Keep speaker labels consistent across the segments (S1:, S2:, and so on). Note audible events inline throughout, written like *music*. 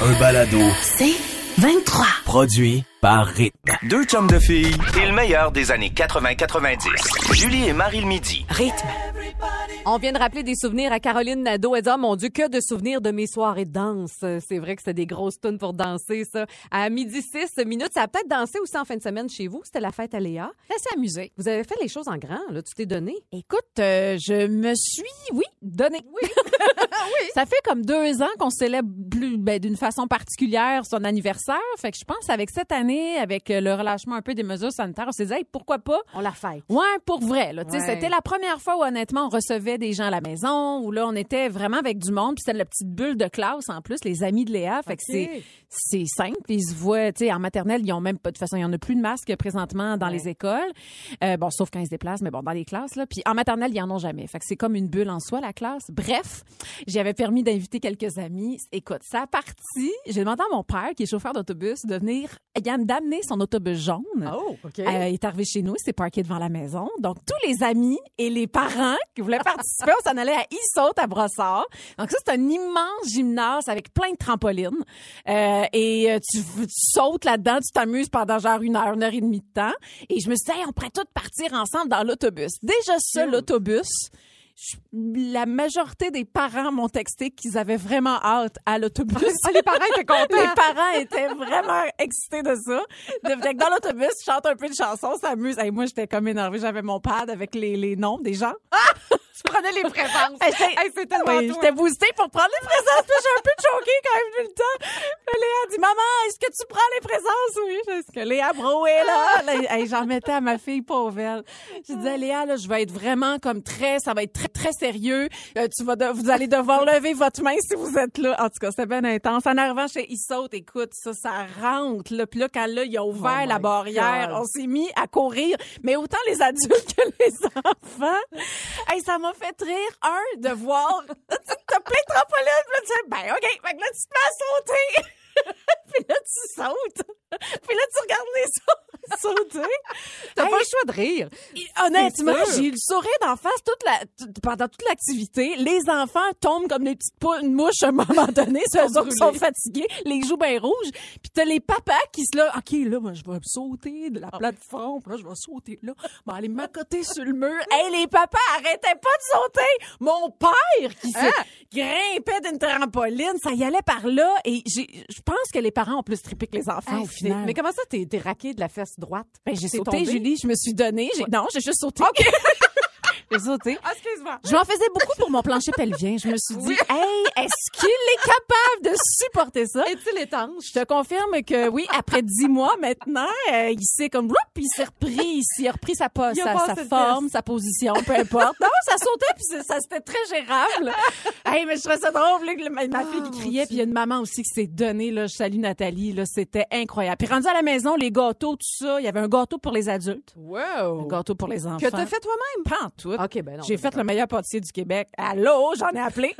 S1: Un balado
S2: C'est 23.
S1: produit par Rythme.
S3: Deux chums de filles et le meilleur des années 80-90. Julie et Marie le midi.
S2: Rythme.
S4: On vient de rappeler des souvenirs à Caroline Nadeau. Elle dit, Ah, mon Dieu, que de souvenirs de mes soirées de danse. Euh, C'est vrai que c'était des grosses tunes pour danser, ça. À midi 6 minutes, ça a peut-être dansé aussi en fin de semaine chez vous. C'était la fête à Léa.
S5: Ça s'est amusé.
S4: Vous avez fait les choses en grand, là. Tu t'es donné.
S5: Écoute, euh, je me suis, oui, donné. Oui. Ça fait comme deux ans qu'on célèbre plus, ben, d'une façon particulière son anniversaire. Fait que je pense avec cette année, avec euh, le relâchement un peu des mesures sanitaires, on s'est dit, hey, pourquoi pas?
S4: On la fête.
S5: Ouais, pour vrai. Là, Tu sais,
S4: Ouais.
S5: C'était la première fois où, honnêtement, on recevait des gens à la maison, où là, on était vraiment avec du monde. Puis c'était la petite bulle de classe, en plus, les amis de Léa. Fait que c'est c'est simple. Ils se voient, tu sais, en maternelle, ils ont même pas, de toute façon, il y en a plus de masques présentement dans les écoles. Euh, bon, sauf quand ils se déplacent, mais bon, dans les classes, là. Puis en maternelle, ils en ont jamais. Fait que c'est comme une bulle en soi, la classe. Bref, j'avais permis d'inviter quelques amis. Écoute, ça a parti. J'ai demandé à mon père, qui est chauffeur d'autobus, de venir, eh, d'amener son autobus jaune.
S4: Oh, OK.
S5: Euh, il est arrivé chez nous, il s'est parqué devant la maison. Donc, tous les amis et les parents qui voulaient participer, on s'en allait à Issaut, à Brossard. Donc, ça, c'est un immense gymnase avec plein de trampolines. Euh, et euh, tu, tu sautes là-dedans, tu t'amuses pendant genre une heure, une heure et demie de temps. Et je me suis dit, Hey, on pourrait tous partir ensemble dans l'autobus. Déjà ça, l'autobus. je- La majorité des parents m'ont texté qu'ils avaient vraiment hâte à l'autobus.
S4: ah,
S5: les parents étaient contents. Les parents étaient vraiment excités de ça. De, fait que dans l'autobus, je chante un peu de chansons, s'amuse. Et moi, j'étais comme énervée. J'avais mon pad avec les, les noms des gens.
S4: Tu prenais les présences.
S5: *laughs* Hey, c'est-
S4: Hey, c'est tellement
S5: Oui,
S4: toi.
S5: J'étais boostée pour prendre les présences. Puis j'ai un peu choquée quand même vu le temps. Puis Léa dit, maman, est-ce que tu prends les présences? Oui, est-ce que Léa Bro est
S4: Ah!
S5: là? Là, hey, J'en mettais à ma fille pauvre. elle. Je disais, Léa, là, je vais être vraiment comme très, ça va être très, très sérieux. Euh, tu vas de- vous allez devoir lever votre main si vous êtes là. En tout cas, c'était bien intense. En arrivant chez Issaute, écoute, ça, ça rentre, là. Puis là, quand là, il a ouvert
S4: Oh
S5: la
S4: my
S5: barrière,
S4: God.
S5: on s'est mis à courir, mais autant les adultes que les enfants. Hey, ça m'a fait rire, un, de voir. *laughs* T'as plein de trampolines, puis là, tu fais, ben, OK, fait que là, tu te mets à sauter. *laughs* puis là, tu sautes. puis là, tu regardes les autres *laughs* sauter.
S4: T'as
S5: Hey,
S4: pas le choix de rire.
S5: et Honnêtement,
S4: sûr.
S5: j'ai eu le sourire d'en face toute la, tout- pendant toute l'activité. Les enfants tombent comme des petites pou- mouches à un moment donné. Ceux autres qui sont fatigués, les joues bien rouges. Puis t'as les papas qui se là, OK, là, moi, je vais sauter de la
S4: Ah.
S5: plateforme. Puis Là, je vais sauter là. Ben, aller m'accoter sur le mur. Hey, les papas arrêtaient pas de sauter. Mon père qui se
S4: Ah.
S5: grimpait d'une trampoline, ça y allait par là. Et j'ai- je pense que les parents ont plus trippé que les enfants
S4: Hey,
S5: au
S4: c'est-
S5: final.
S4: Mais comment ça, t'es t'es raqué de la fesse droite?
S5: Ben, j'ai
S4: T'es
S5: sauté,
S4: tombée?
S5: Julie. Je me suis donnée. J'ai- Non, j'ai juste sauté. *laughs* j'ai sauté.
S4: Ah, Excuse-moi.
S5: Je m'en faisais beaucoup pour mon plancher pelvien. Je me suis dit, hey, est-ce qu'il est capable de supporter ça?
S4: Est-il étanche?
S5: Je te confirme que oui, après dix mois maintenant, euh, il s'est comme, whoop, il s'est repris, il s'est repris sa, po-
S4: Il a
S5: sa,
S4: passé
S5: sa
S4: le test.
S5: forme, sa position, peu importe. Non, ça sautait puis c'est- ça c'était très gérable. hey, mais je trouvais ça drôle, là, que le- ma, ma
S4: Ah,
S5: fille qui criait, puis il y a une maman aussi qui s'est donnée là, je salue Nathalie, là, c'était incroyable. Puis rendu à la maison, les gâteaux, tout ça, il y avait un gâteau pour les adultes, un
S4: Wow.
S5: gâteau pour les enfants.
S4: Oh. Que t'as fait toi-même?
S5: Pas en tout.
S4: OK, ben non.
S5: J'ai fait le meilleur pâtissier du Québec. Allô, j'en ai
S4: *laughs*
S5: appelé.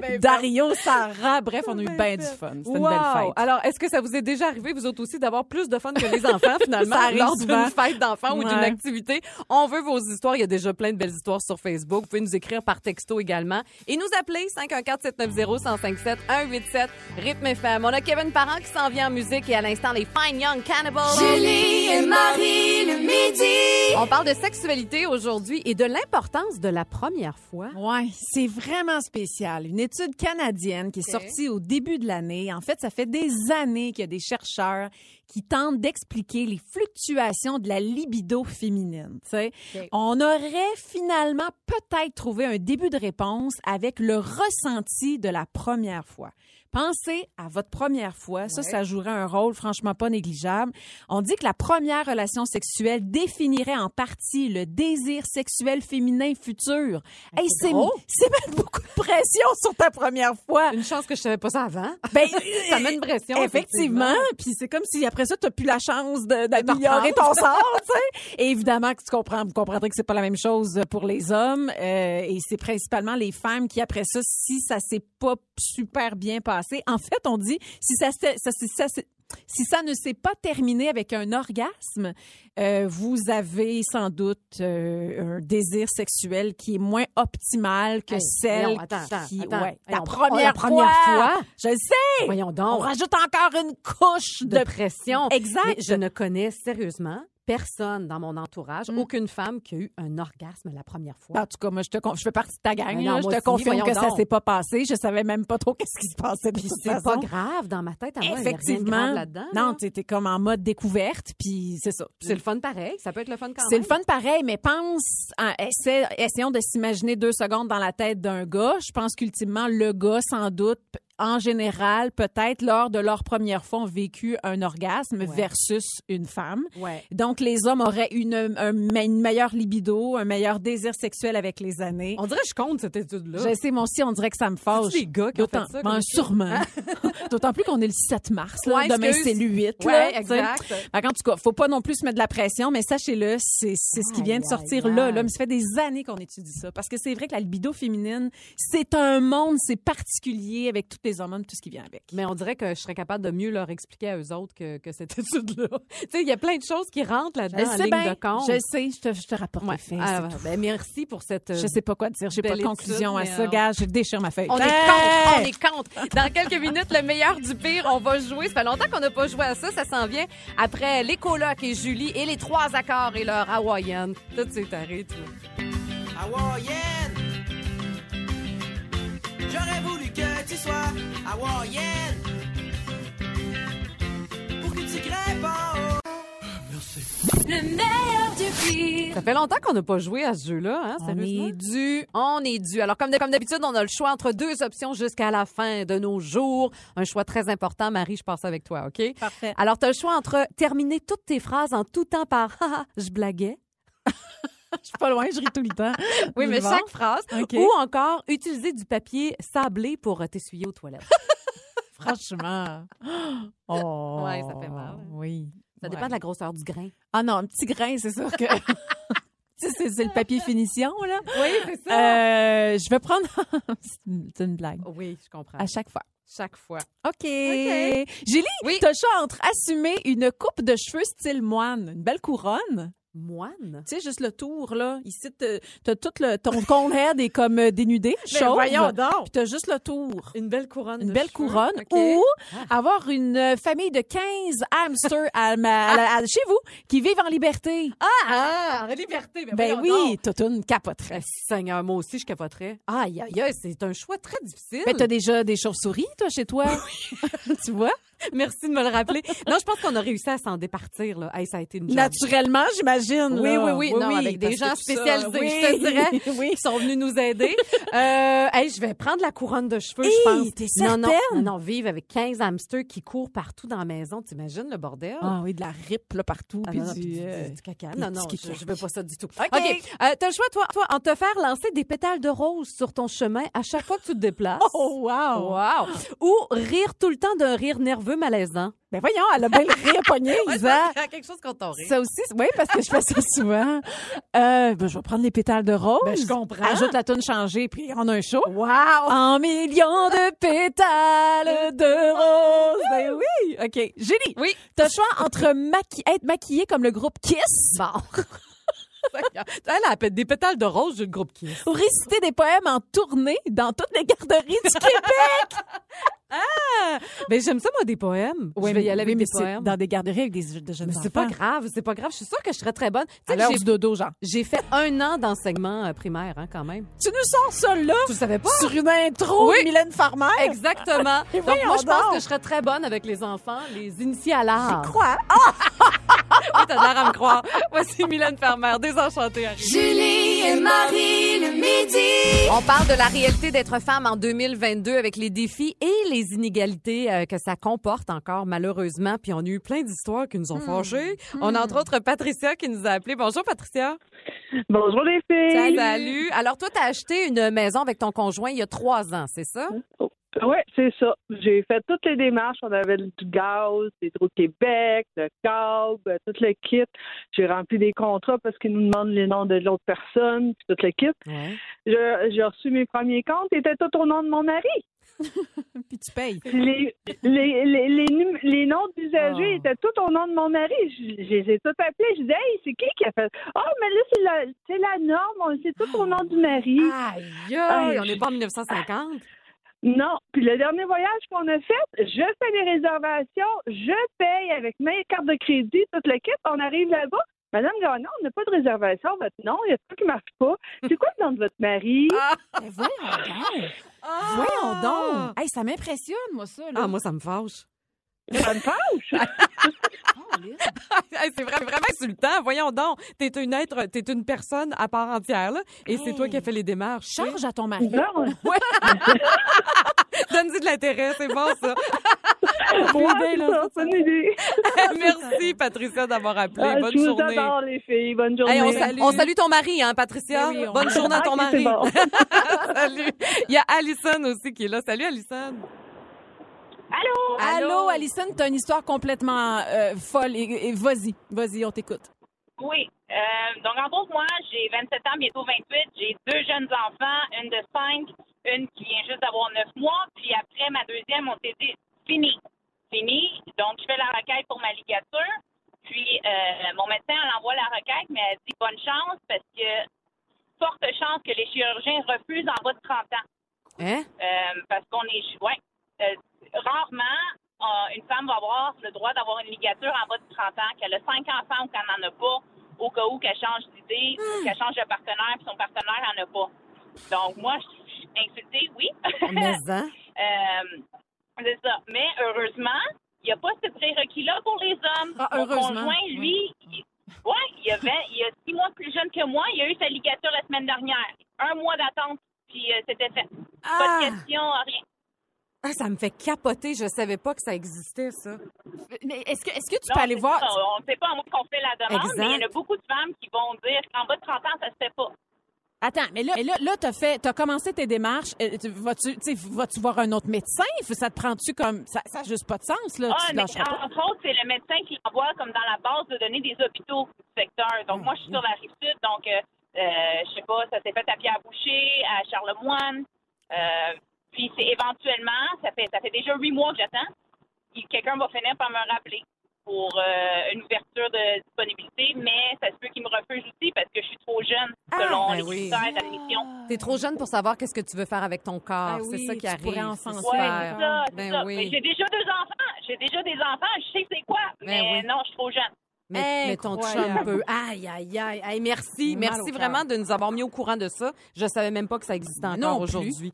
S4: Ben,
S5: Dario, Sarah, bref, on a eu bien du fun. C'était une belle
S4: Oh, Wow!
S5: fête.
S4: Alors, est-ce que ça vous est déjà arrivé, vous autres aussi, d'avoir plus de fun que les enfants, finalement,
S5: Ça arrive
S4: lors d'une
S5: souvent.
S4: fête d'enfants ou d'une
S5: Ouais.
S4: activité? On veut vos histoires. Il y a déjà plein de belles histoires sur Facebook. Vous pouvez nous écrire par texto également. Et nous appeler 514-790-1057-187, Rythme FM. On a Kevin Parent qui s'en vient en musique et à l'instant, les Fine Young Cannibals.
S2: Julie et Marie le midi.
S4: On parle de sexualité aujourd'hui et de l'importance de la première fois.
S5: Ouais, c'est vraiment spécial. Une étude canadienne qui est
S4: Ok.
S5: sortie au début de l'année. En fait, ça fait des années qu'il y a des chercheurs qui tentent d'expliquer les fluctuations de la libido féminine. tu sais.
S4: Ok.
S5: On aurait finalement peut-être trouvé un début de réponse avec le ressenti de la première fois. Pensez à votre première fois. Ça,
S4: Ouais.
S5: ça jouerait un rôle franchement pas négligeable. On dit que la première relation sexuelle définirait en partie le désir sexuel féminin futur. Hey,
S4: c'est
S5: c'est
S4: gros.
S5: c'est mettre beaucoup de pression sur ta première fois.
S4: Une chance que je savais pas ça avant.
S5: Ben,
S4: Ça met une pression.
S5: Effectivement, puis c'est comme si après ça t'as plus la chance de- d'améliorer ton sort, tu sais. Et évidemment que tu comprends, vous comprendrez que c'est pas la même chose pour les hommes euh, et c'est principalement les femmes qui après ça si ça s'est pas super bien passé. En fait, on dit si ça s'est- ça s'est- ça s'est- Si ça ne s'est pas terminé avec un orgasme, euh, vous avez sans doute euh, un désir sexuel qui est moins optimal que
S4: Hey,
S5: celle
S4: voyons, attends, attends,
S5: qui...
S4: attends.
S5: ouais, la
S4: Voyons, Oh,
S5: première,
S4: la première
S5: fois,
S4: fois.
S5: Je le sais!
S4: Voyons
S5: On
S4: donc.
S5: rajoute encore une couche de...
S4: de pression.
S5: Exact.
S4: Mais je ne connais sérieusement personne dans mon entourage,
S5: Mm.
S4: aucune femme qui a eu un orgasme la première fois.
S5: Ben, en tout cas, moi, je, te con- je fais partie de ta gang.
S4: Mais
S5: là.
S4: non,
S5: je
S4: moi
S5: te
S4: aussi,
S5: confirme
S4: voyons
S5: que ça
S4: donc.
S5: s'est pas passé. Je savais même pas trop *laughs* qu'est-ce qui se passait. de
S4: Puis
S5: toute
S4: c'est pas
S5: façon.
S4: grave dans ma tête à moi. il y a rien de grave
S5: Effectivement.
S4: là-dedans.
S5: non,
S4: là.
S5: tu étais comme en mode découverte, puis c'est ça.
S4: c'est le fun pareil. Ça peut être le fun quand même.
S5: C'est le fun pareil, mais pense, à- essaie- essayons de s'imaginer deux secondes dans la tête d'un gars. Je pense qu'ultimement, le gars, sans doute, p- en général, peut-être lors de leur première fois, ont vécu un orgasme
S4: Ouais.
S5: versus une femme.
S4: Ouais.
S5: Donc, les hommes auraient une, un- une meilleure libido, un meilleur désir sexuel avec les années.
S4: On dirait que je compte cette étude-là.
S5: Je sais, moi aussi, on dirait que ça me fâche.
S4: C'est-tu les gars qui ont
S5: D'autant-
S4: fait ça,
S5: ben,
S4: comme ça?
S5: sûrement. *laughs* D'autant plus qu'on est le 7 mars. là.
S4: Ouais,
S5: Demain, c'est
S4: excuse.
S5: le 8.
S4: Ouais,
S5: là,
S4: exact.
S5: tu sais. Fait qu'en tout cas, faut pas non plus se mettre de la pression, mais sachez-le, c'est c'est ce qui vient de
S4: Aïe,
S5: sortir
S4: aïe,
S5: là,
S4: aïe.
S5: là. Mais ça fait des années qu'on étudie ça. Parce que c'est vrai que la libido féminine, c'est un monde, c'est particulier avec toutes les hormones, tout ce qui vient avec.
S4: Mais on dirait que je serais capable de mieux leur expliquer à eux autres que, que cette *laughs* étude-là. tu sais, il y a plein de choses qui rentrent là-dedans en ligne
S5: bien,
S4: de compte.
S5: je sais, je te, je te rapporte
S4: Ouais.
S5: les faits, c'est
S4: Ah,
S5: tout.
S4: ben, merci pour cette. euh,
S5: Je sais pas quoi te dire, j'ai pas
S4: belle
S5: de conclusion
S4: étude,
S5: à
S4: mais,
S5: ça,
S4: euh,
S5: gars, je déchire ma feuille.
S4: On est contre, on est contre. Dans quelques minutes, le meilleur du pire, on va jouer. Ça fait longtemps qu'on n'a pas joué à ça. Ça s'en vient après les colocs et Julie et les trois accords et leur hawaïenne. Tout de suite, arrête. là.
S1: Hawaïenne. J'aurais voulu que tu sois hawaïenne. Pour que tu grimpes en haut.
S2: Le meilleur du pire.
S4: Ça fait longtemps qu'on n'a pas joué à ce jeu-là, hein,
S5: On
S4: sérieusement.
S5: est
S4: dû. On est dû. Alors, comme, de- comme d'habitude, on a le choix entre deux options jusqu'à la fin de nos jours. Un choix très important. Marie, je passe avec toi, OK?
S5: Parfait.
S4: Alors, tu as le choix entre terminer toutes tes phrases en tout temps par *laughs* Ah, ah, je blaguais.
S5: Je suis pas loin, je ris tout le temps.
S4: Oui,
S5: Du
S4: mais
S5: vent.
S4: chaque phrase.
S5: OK.
S4: Ou encore utiliser du papier sablé pour euh, t'essuyer aux *laughs* toilettes. *laughs*
S5: Franchement. Oh.
S4: Ouais, ça fait mal.
S5: Oui.
S4: Ça dépend
S5: Ouais.
S4: de la grosseur du grain.
S5: Ah non, un petit grain, c'est sûr que. *laughs* Tu sais, c'est c'est le papier finition, là.
S4: Oui, c'est
S5: Euh, je vais prendre. *laughs* c'est une- c'est une blague.
S4: Oui, je comprends.
S5: À chaque fois.
S4: chaque fois.
S5: OK.
S4: OK.
S5: Julie,
S4: Oui.
S5: t'as le choix entre assumer une coupe de cheveux style moine, une belle couronne.
S4: Moine?
S5: Tu sais, juste le tour, là. Ici, t'as t'as tout le. Ton *laughs* conhead est comme euh, dénudé, chauve.
S4: donc!
S5: Puis t'as juste le tour.
S4: Une belle couronne.
S5: une
S4: de
S5: belle
S4: cheveux.
S5: couronne
S4: OK.
S5: ou avoir une euh, famille de 15 hamsters à, ma- à la- à- chez vous qui vivent en liberté.
S4: Ah, en liberté! Ben,
S5: ben
S4: voyons
S5: oui,
S4: donc.
S5: t'as une
S4: Eh,
S5: capoterie.
S4: Seigneur, moi aussi, je capoterais. Aïe, aïe, aïe, c'est un choix très difficile.
S5: Ben t'as déjà des chauves-souris, toi, chez toi.
S4: *laughs*
S5: tu vois?
S4: Merci de me le rappeler. non, je pense qu'on a réussi à s'en départir. Là. Hey, ça a été une job.
S5: Naturellement, j'imagine.
S4: Oui, oui,
S5: là.
S4: oui, non, avec des gens
S5: parce que tout ça,
S4: spécialisés, je te dirais,
S5: oui.
S4: qui sont venus nous aider. Euh, hey, je vais prendre la couronne de cheveux,
S5: Hey,
S4: je pense.
S5: t'es
S4: non, non, non,
S5: certaine?
S4: non, vivre avec 15 hamsters qui courent partout dans la maison, t'imagines le bordel?
S5: Ah oui, de la rip là, partout.
S4: Ah
S5: puis
S4: non, non,
S5: du,
S4: puis du-
S5: euh,
S4: du- du caca.
S5: des
S4: Non,
S5: petits
S4: non, je,
S5: kikis.
S4: je veux pas ça du tout.
S5: OK.
S4: Euh, T'as le choix, toi, toi, en te faire lancer des pétales de rose sur ton chemin à chaque fois que tu te *laughs* déplaces.
S5: Oh, wow.
S4: Wow! Ou rire tout le temps d'un rire nerveux *laughs* malaisant.
S5: Ben voyons, elle a bien le rire pogné, Isa.
S4: quelque chose qu'on t'aurait.
S5: Ça aussi, oui, parce que je fais *laughs* ça souvent. Euh, ben, je vais prendre les pétales de rose.
S4: Ben, je comprends.
S5: Ajoute la toune changée, puis on a un show.
S4: Wow!
S5: En millions de pétales de rose. Ben oui. OK. Julie.
S4: Oui.
S5: T'as le choix entre maqui- être maquillée comme le groupe Kiss
S4: *laughs* Bon. Elle a des pétales de rose du groupe Kiss.
S5: ou réciter des poèmes en tournée dans toutes les garderies du *laughs* Québec.
S4: Mais j'aime ça, moi, des poèmes. je vais y aller avec
S5: mais
S4: des
S5: c'est
S4: poèmes.
S5: Dans des garderies avec des de jeunes
S4: Mais c'est pas grave, c'est pas grave. Je suis sûre que je serais très bonne. Tu sais,
S5: Alors,
S4: j'ai-
S5: du dodo, genre.
S4: j'ai fait *laughs* un an d'enseignement euh, primaire, hein, quand même.
S5: Tu nous sors ça là?
S4: Tu le savais pas?
S5: Sur une intro
S4: Oui.
S5: de Mylène Farmer?
S4: Exactement.
S5: Mais
S4: Donc, moi, je pense
S5: voyons donc.
S4: que je serais très bonne avec les enfants, les initiés à l'art.
S5: Quoi?
S4: Oui, t'as l'air à me croire. Voici Mylène Farmer, désenchantée. Harry.
S2: Julie et Marie le midi.
S4: On parle de la réalité d'être femme en 2022 avec les défis et les inégalités euh, que ça comporte encore, malheureusement. Puis on a eu plein d'histoires qui nous ont fâchées. On a entre autres Patricia qui nous a appelé. Bonjour, Patricia.
S6: Bonjour les filles.
S4: Salut. Alors, toi, t'as acheté une maison avec ton conjoint il y a trois ans, c'est ça?
S6: Ouais, c'est ça. J'ai fait toutes les démarches. On avait du gaz, des trous Québec, le câble, euh, tout le kit. J'ai rempli des contrats parce qu'ils nous demandent les noms de l'autre personne, puis tout le kit.
S4: Oui.
S6: Je- J'ai reçu mes premiers comptes, ils étaient tous au nom de mon mari.
S5: Puis tu payes.
S6: Puis les, les, les, les, num- les noms d'usagers
S5: Ah.
S6: étaient tous au nom de mon mari. Je, je les ai tous appelés. Je disais, hey, c'est qui qui a fait? Oh, mais là, c'est la, c'est la norme. On- C'est tout au nom du mari.
S4: Aïe, aïe,
S6: Aïe.
S4: on n'est pas en 1950.
S6: Non. Puis le dernier voyage qu'on a fait, je fais les réservations, je paye avec mes cartes de crédit, tout le kit. On arrive là-bas. Madame Gagnon, on n'a pas de réservation, votre nom, il y a tout qui marche pas. C'est quoi le nom de votre mari?
S5: Mais voyons donc.
S4: Ah!
S5: Voyons donc. Hey, ça m'impressionne, moi, ça. Là.
S4: Ah, moi, ça me fâche.
S6: Ça
S4: *laughs*
S6: me fâche.
S5: Caliste.
S4: Hey, c'est vraiment, vraiment insultant. Voyons donc. T'es une être, t'es une personne à part entière, là, et c'est toi qui as fait les démarches.
S5: Charge à ton mari.
S6: Non,
S4: *laughs* Donne-y de l'intérêt, c'est bon, ça.
S6: *laughs*
S4: Eh
S6: ouais,
S5: idée,
S6: c'est
S5: là,
S6: ça, c'est une idée.
S4: *laughs* Merci, Patricia, d'avoir appelé.
S6: Ah,
S4: Bonne
S6: je vous
S4: journée.
S6: adore, les filles. Bonne journée.
S4: Hey, on, salue. on salue ton mari, hein, Patricia.
S5: Ben oui, on-
S4: Bonne journée à ton
S6: Ah, ok,
S4: mari.
S6: c'est bon.
S4: Salut. Il y a Alison aussi qui est là. Salut, Alison.
S6: Allô?
S5: Allô,
S4: Allô?
S5: Alison, t'as une histoire complètement euh, folle. Et, et vas-y, vas-y, on t'écoute.
S7: Oui. Euh, donc, en gros, moi, j'ai 27 ans, bientôt 28. J'ai deux jeunes enfants, une de 5, une qui vient juste d'avoir 9 mois. Puis après, ma deuxième, on s'est dit, fini, fini. Donc, je fais la requête pour ma ligature. Puis, euh, mon médecin, elle envoie la requête, mais elle dit bonne chance parce que forte chance que les chirurgiens refusent en bas de 30 ans.
S4: Hein?
S7: Euh, parce qu'on est ouais, euh, rarement euh, une femme va avoir le droit d'avoir une ligature en bas de 30 ans, qu'elle a cinq enfants ou qu'elle n'en a pas, au cas où qu'elle change d'idée,
S5: Hmm.
S7: qu'elle change de partenaire puis son partenaire n'en a pas. Donc moi, je suis insultée, oui. *laughs*
S4: Mais, hein?
S7: Euh, c'est ça. Mais heureusement, il n'y a pas ce prérequis-là pour les hommes.
S5: Ah,
S7: Mon
S5: heureusement.
S7: conjoint, lui, il- ouais, il, y avait, il y a six mois plus jeune que moi, il a eu sa ligature la semaine dernière. Un mois d'attente, puis euh, c'était fait. Pas
S4: Ah!
S7: de question, rien.
S4: Ah, ça me fait capoter. Je savais pas que ça existait, ça.
S5: Mais est-ce que, est-ce que tu
S7: Non,
S5: peux aller
S7: c'est
S5: voir?
S7: ça. on ne sait pas à moins qu'on fait la demande,
S4: Exact.
S7: mais il y en a beaucoup de femmes qui vont dire qu'en bas de 30 ans, ça se fait pas.
S5: Ah, Attends, mais là, mais là, là t'as fait, t'as commencé tes démarches. Euh, tu- Vas-tu, tu sais, vas-tu voir un autre médecin? Faut- Ça te prend-tu comme, ça, ça a juste pas de sens, là.
S7: Ah,
S5: tu
S7: mais
S5: lâcheras pas.
S7: entre autres, c'est le médecin qui l'envoie comme dans la base de données des hôpitaux du secteur.
S5: Oh,
S7: Donc, moi, je suis sur la rive sud, donc, euh, euh, je sais pas, ça s'est fait à Pierre Boucher, à Charlemagne. Euh, puis, c'est éventuellement, ça fait, ça fait déjà huit mois que j'attends, et quelqu'un va finir par me rappeler pour euh, une ouverture de disponibilité, mais ça se peut qu'il me refuse aussi parce que je suis trop jeune
S5: Ah,
S7: selon
S4: ben
S7: les
S4: oui.
S7: critères d'admission.
S4: T'es trop jeune pour savoir qu'est-ce que tu veux faire avec ton corps.
S6: Ben
S5: Ah
S4: c'est
S5: oui,
S4: ça qui
S5: tu
S4: arrive.
S5: pourrais
S4: c'est
S5: enfanter.
S7: Ouais,
S4: super.
S7: c'est ça, c'est
S4: Ben
S7: ça.
S4: oui.
S7: Mais j'ai déjà deux enfants. J'ai déjà des enfants. Je sais c'est quoi. Mais
S4: Ben oui.
S7: non, je suis trop jeune.
S4: Mais, mais ton chum
S5: Incroyable.
S4: peut. Aïe, aïe, aïe. Hey, merci.
S5: Mal au
S4: Merci
S5: cœur.
S4: vraiment de nous avoir mis au courant de ça. Je savais même pas que ça existait
S5: Non
S4: encore
S5: plus.
S4: aujourd'hui.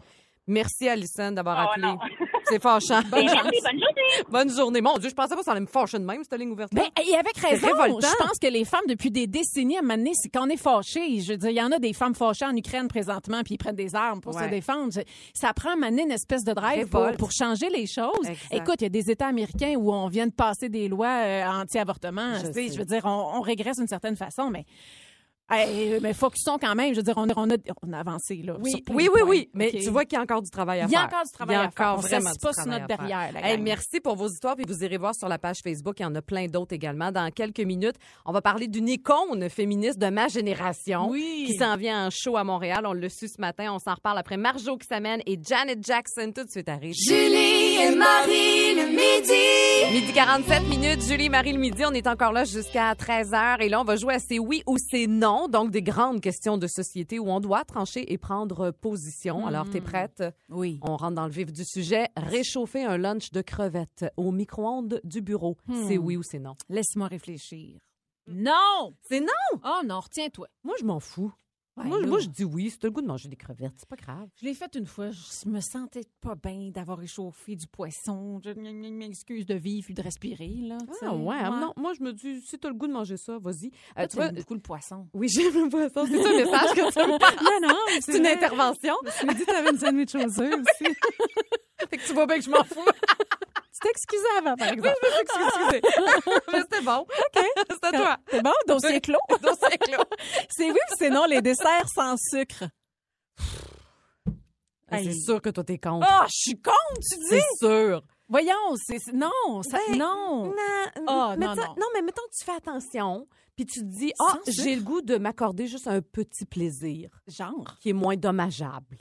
S4: Merci, Alison, d'avoir
S7: Ah,
S4: appelé.
S7: non.
S4: C'est fâchant.
S7: Mais merci, bonne journée.
S4: *laughs* Bonne journée. Mon Dieu, je pensais pas que ça allait me fâcher de même, cette ligne ouverte.
S5: Ben, et avec raison,
S4: révoltant.
S5: je pense que les femmes, depuis des décennies, à un moment donné, c'est qu'on est fâchés. Je veux dire, il y en a des femmes fâchées en Ukraine présentement, puis ils prennent des armes pour
S4: Ouais.
S5: se défendre. Je- Ça prend à un moment donné une espèce de drive pour,
S4: Révolte.
S5: pour changer les choses.
S4: Exact.
S5: Écoute, il y a des États américains où on vient de passer des lois euh, anti-avortement.
S4: Je
S5: Tu sais,
S4: sais.
S5: Je veux dire, on, on régresse d'une certaine façon, mais... hey, mais focusons quand même. Je veux dire, on a, on a, on a avancé, là.
S4: Oui,
S5: sur plein
S4: oui,
S5: de
S4: oui,
S5: points.
S4: oui. Mais
S5: OK.
S4: tu vois qu'il y a encore du travail à
S5: Il
S4: faire.
S5: y a encore du travail
S4: Il y a
S5: à faire.
S4: encore
S5: On
S4: vraiment
S5: reste
S4: du
S5: pas sur
S4: travail
S5: notre
S4: à faire.
S5: derrière, la
S4: Hey,
S5: gang.
S4: merci pour vos histoires. Puis vous irez voir sur la page Facebook. Il y en a plein d'autres également. Dans quelques minutes, on va parler d'une icône féministe de ma génération
S5: Oui.
S4: qui s'en vient en show à Montréal. On le su ce matin. On s'en reparle après Marjo qui s'amène et Janet Jackson tout de suite arrive.
S2: Julie et Marie le midi.
S4: Midi 47 minutes, Julie, Marie le midi, on est encore là jusqu'à 13h et là on va jouer à c'est oui ou c'est non, donc des grandes questions de société où on doit trancher et prendre position. Alors t'es prête
S5: Oui.
S4: On rentre dans le vif du sujet, réchauffer un lunch de crevettes au micro-ondes du bureau. C'est oui ou c'est non
S5: Laisse-moi réfléchir. Non!
S4: Mm. C'est non.
S5: Oh non, retiens-toi.
S4: Moi je m'en fous.
S5: Ouais,
S4: moi,
S5: là.
S4: moi, je dis oui, c'est le goût de manger des crevettes, c'est pas grave.
S5: Je l'ai faite une fois. Je me sentais pas bien d'avoir échauffé du poisson. Je gna, gna, gna, excuse de vivre puis de respirer. Là, tu sais.
S4: Ah ouais, ah, non, moi je me dis si t'as le goût de manger ça, vas-y. Euh,
S5: Toi,
S4: tu
S5: tu
S4: vois,
S5: aimes beaucoup le poisson.
S4: oui, j'aime le poisson, c'est ça le message que tu me passes.
S5: Ah, non, non,
S4: C'est une intervention.
S5: Tu me dis que tu avais une sandwich aux œufs *laughs* aussi.
S4: Fait que tu vois bien que je m'en fous.
S5: *laughs* tu t'excusais avant, par exemple.
S4: Excusez. *laughs* Mais c'était bon. OK. C'est à toi.
S5: C'est bon, *laughs* dossier clos.
S4: Donc, c'est clos.
S5: C'est oui ou c'est non, les desserts sans sucre?
S4: C'est
S5: Hey.
S4: Ah, sûr que toi, t'es contre. Ah!
S5: Ah, je suis con, tu dis?
S4: C'est sûr.
S5: Voyons, c'est c'est- non, ça,
S4: Ben,
S5: non.
S4: Non,
S5: Ah,
S4: mais
S5: non,
S4: tu-
S5: non.
S4: mais mettons que tu fais attention, puis tu te dis, ah,
S5: Sans
S4: j'ai le goût de m'accorder juste un petit plaisir
S5: Genre.
S4: qui est moins dommageable.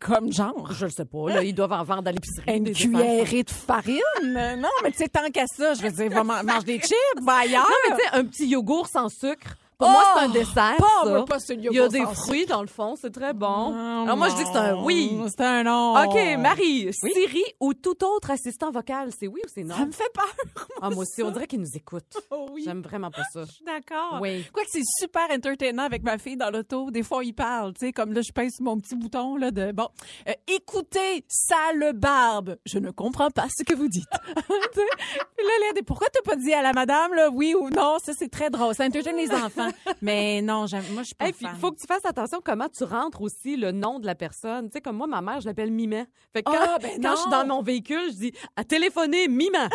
S5: Comme genre.
S4: Je le sais pas, là, ils doivent en vendre à l'épicerie.
S5: Une
S4: des
S5: cuillerée de farine? Euh, Non, mais tu sais, tant qu'à ça, je veux dire, va man- mange des chips, va ailleurs.
S4: Non, mais tu sais, un petit yogourt sans sucre. Pour moi, c'est un
S5: Oh,
S4: dessert.
S5: pas-
S4: ça.
S5: pas ce
S4: Il y a
S5: yogourt
S4: des
S5: sans Ah,
S4: fruits dans le fond, c'est très bon.
S5: Non,
S4: Alors moi, je dis que c'est un oui.
S5: non, C'est un non.
S4: OK, Marie, Siri ou tout autre assistant vocal, c'est oui ou c'est non?
S5: Ça me fait peur.
S4: ah, moi aussi, on dirait qu'ils nous écoutent.
S5: Oh oui.
S4: J'aime vraiment pas ça.
S5: suis d'accord.
S4: Oui.
S5: Quoique c'est super entertainant avec ma fille dans l'auto. Des fois, il parle, tu sais, comme là, je pince sur mon petit bouton, là, de bon, euh, écoutez, sale barbe. Je ne comprends pas ce que vous dites. *laughs* Tu sais? Puis là, là, des- pourquoi t'as pas dit à la madame, là, oui ou non? Ça, c'est très drôle. Ça entertaine les enfants. Mais non, j'aime, moi, je suis pas
S4: Et puis,
S5: fan.
S4: faut que tu fasses attention comment tu rentres aussi le nom de la personne. Tu sais, comme moi, ma mère, je l'appelle Mimet. Fait que quand,
S5: Ah, ben
S4: quand
S5: non.
S4: je suis dans mon véhicule, je dis à téléphoner Mimet.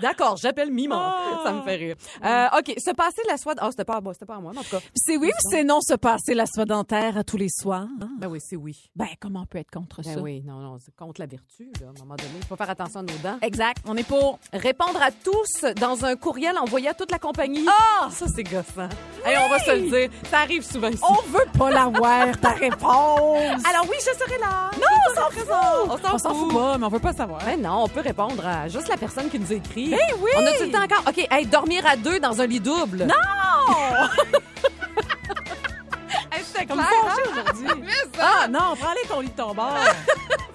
S4: D'accord, j'appelle Mimet.
S5: Ah.
S4: Ça me fait rire. Euh, OK, se passer la soie. Ah, c'était pas à moi, c'était pas à moi, mais en tout cas.
S5: C'est oui ou c'est non se passer la soie dentaire tous les soirs?
S4: Ben oui, c'est oui.
S5: Ben, comment on peut être contre
S4: Ben
S5: ça?
S4: oui, non, non, c'est contre la vertu, là, à un moment donné. Il faut faire attention à nos dents.
S5: Exact. On est pour.
S4: Répondre à tous dans un courriel envoyé à toute la compagnie. Ah! Ça, c'est gossant. Hey, on va se le dire. Ça arrive souvent ici.
S5: On veut pas l'avoir, ta réponse.
S4: Alors oui, je serai là.
S5: non, on s'en fout.
S4: On
S5: On s'en fout pas, mais on veut pas savoir.
S4: Mais non, on peut répondre à juste la personne qui nous écrit.
S5: Eh oui!
S4: On a-tu le temps encore? OK, hey, dormir à deux dans un lit double. Non! C'était
S5: Comme
S4: clair, hein?
S5: fâché aujourd'hui. ah non, prends-les ton lit de ton bord.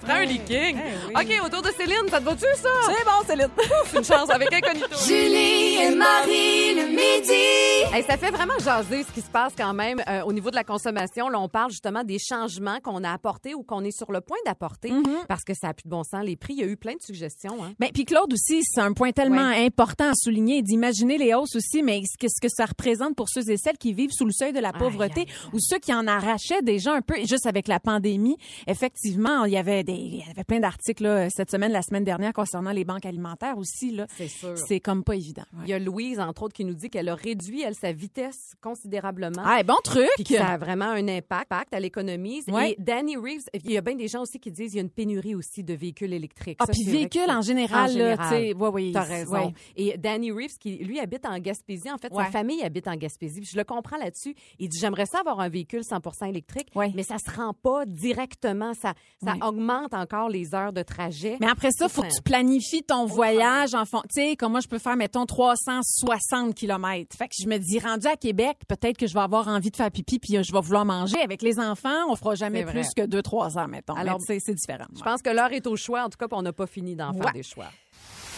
S4: Prends un leaking.
S5: Eh oui.
S4: OK, autour de Céline, ça te va-tu, ça?
S5: C'est bon, Céline.
S4: C'est une chance avec Incognito.
S5: *laughs*
S2: Julie et Marie le midi.
S4: Hey, ça fait vraiment jaser ce qui se passe quand même euh, au niveau de la consommation. Là, on parle justement des changements qu'on a apportés ou qu'on est sur le point d'apporter
S5: Mm-hmm.
S4: parce que ça n'a plus de bon sens. Les prix, il y a eu plein de suggestions. Hein.
S5: Mais puis Claude aussi, c'est un point tellement important à souligner et d'imaginer les hausses aussi, mais ce que, ce que ça représente pour ceux et celles qui vivent sous le seuil de la pauvreté ou ceux qui en arrachaient déjà un peu, Et juste avec la pandémie. Effectivement, il y avait des, il y avait plein d'articles là, cette semaine, la semaine dernière concernant les banques alimentaires aussi là.
S4: C'est sûr.
S5: C'est comme pas évident. Ouais.
S4: Il y a Louise, entre autres, qui nous dit qu'elle a réduit, elle, sa vitesse considérablement.
S5: Ah, bon truc.
S4: Puis que ça a
S5: *laughs*
S4: vraiment un impact, impact à l'économie.
S5: Ouais.
S4: Et Danny Reeves, il y a bien des gens aussi qui disent qu'il y a une pénurie aussi de véhicules électriques.
S5: Ah,
S4: Ça,
S5: puis
S4: c'est vrai
S5: véhicule
S4: que-
S5: en général,
S4: En
S5: là,
S4: général.
S5: tu sais, ouais, oui,
S4: T'as
S5: c'est-
S4: raison.
S5: ouais.
S4: Et Danny Reeves, qui lui habite en Gaspésie, en fait, sa
S5: Ouais.
S4: famille habite en Gaspésie. Puis je le comprends là-dessus. Il dit j'aimerais ça avoir un véhicule 100% électrique,
S5: Ouais.
S4: mais ça se rend pas directement. Ça, ça
S5: Ouais.
S4: augmente encore les heures de trajet.
S5: Mais après ça, faut que tu planifies ton voyage en fond. Tu sais, comme moi, je peux faire, mettons, 360 km. Fait que je me dis, rendu à Québec, peut-être que je vais avoir envie de faire pipi, puis euh, je vais vouloir manger. Avec les enfants, on fera jamais
S4: C'est vrai.
S5: plus que 2-3 ans, mettons.
S4: Alors,
S5: Alors, c'est c'est différent.
S4: Je pense que l'heure est au choix. En tout cas, puis on n'a pas fini d'en faire
S5: Ouais.
S4: des choix.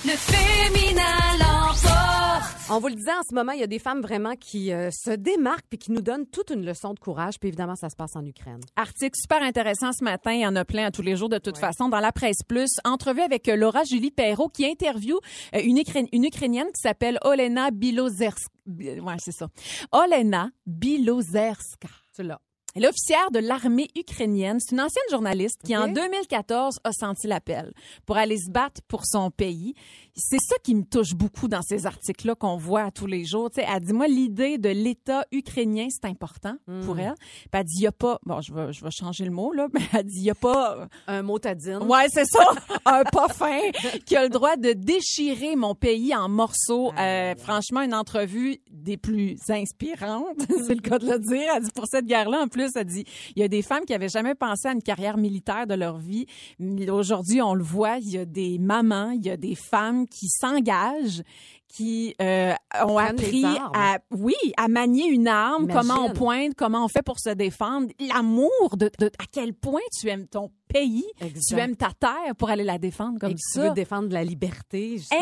S2: Le féminin l'emporte.
S4: On vous le disait en ce moment, il y a des femmes vraiment qui euh, se démarquent puis qui nous donnent toute une leçon de courage. Puis évidemment, ça se passe en Ukraine.
S5: Article super intéressant ce matin. Il y en a plein à tous les jours, de toute façon, dans la presse plus. Entrevue avec euh, Laura Julie Perrault qui interview euh, une, Ukraine- une Ukrainienne qui s'appelle Olena Bilozerska. Ouais, c'est ça. Olena Bilozerska.
S4: Tu l'as.
S5: Elle est officière de l'armée ukrainienne. C'est une ancienne journaliste qui, en
S4: Ok.
S5: 2014, a senti l'appel pour aller se battre pour son pays. C'est ça qui me touche beaucoup dans ces articles-là qu'on voit à tous les jours. Tu sais, elle dit, moi, l'idée de l'État ukrainien, c'est important pour elle. Puis elle dit, il n'y a pas... Bon, je vais, je vais changer le mot, là, *laughs* mais elle dit, il n'y a pas...
S4: Un motadine.
S5: Ouais, c'est ça. *laughs* un pas fin qui a le droit de déchirer mon pays en
S4: Ah,
S5: morceaux. Euh, franchement, une entrevue des plus inspirantes, *laughs* c'est le cas de le dire. Elle dit pour cette guerre-là, en plus, elle dit il y a des femmes qui avaient jamais pensé à une carrière militaire de leur vie. Mais Aujourd'hui, on le voit, il y a des mamans, il y a des femmes qui s'engagent, qui euh, ont
S4: Prennent les
S5: appris
S4: armes.
S5: à oui, à manier une arme,
S4: Imagine.
S5: comment on pointe, comment on fait pour se défendre, l'amour de, de- à quel point tu aimes ton pays,
S4: Exact.
S5: tu aimes ta terre pour aller la défendre comme
S4: Et que tu
S5: ça.
S4: veux défendre la liberté. justement.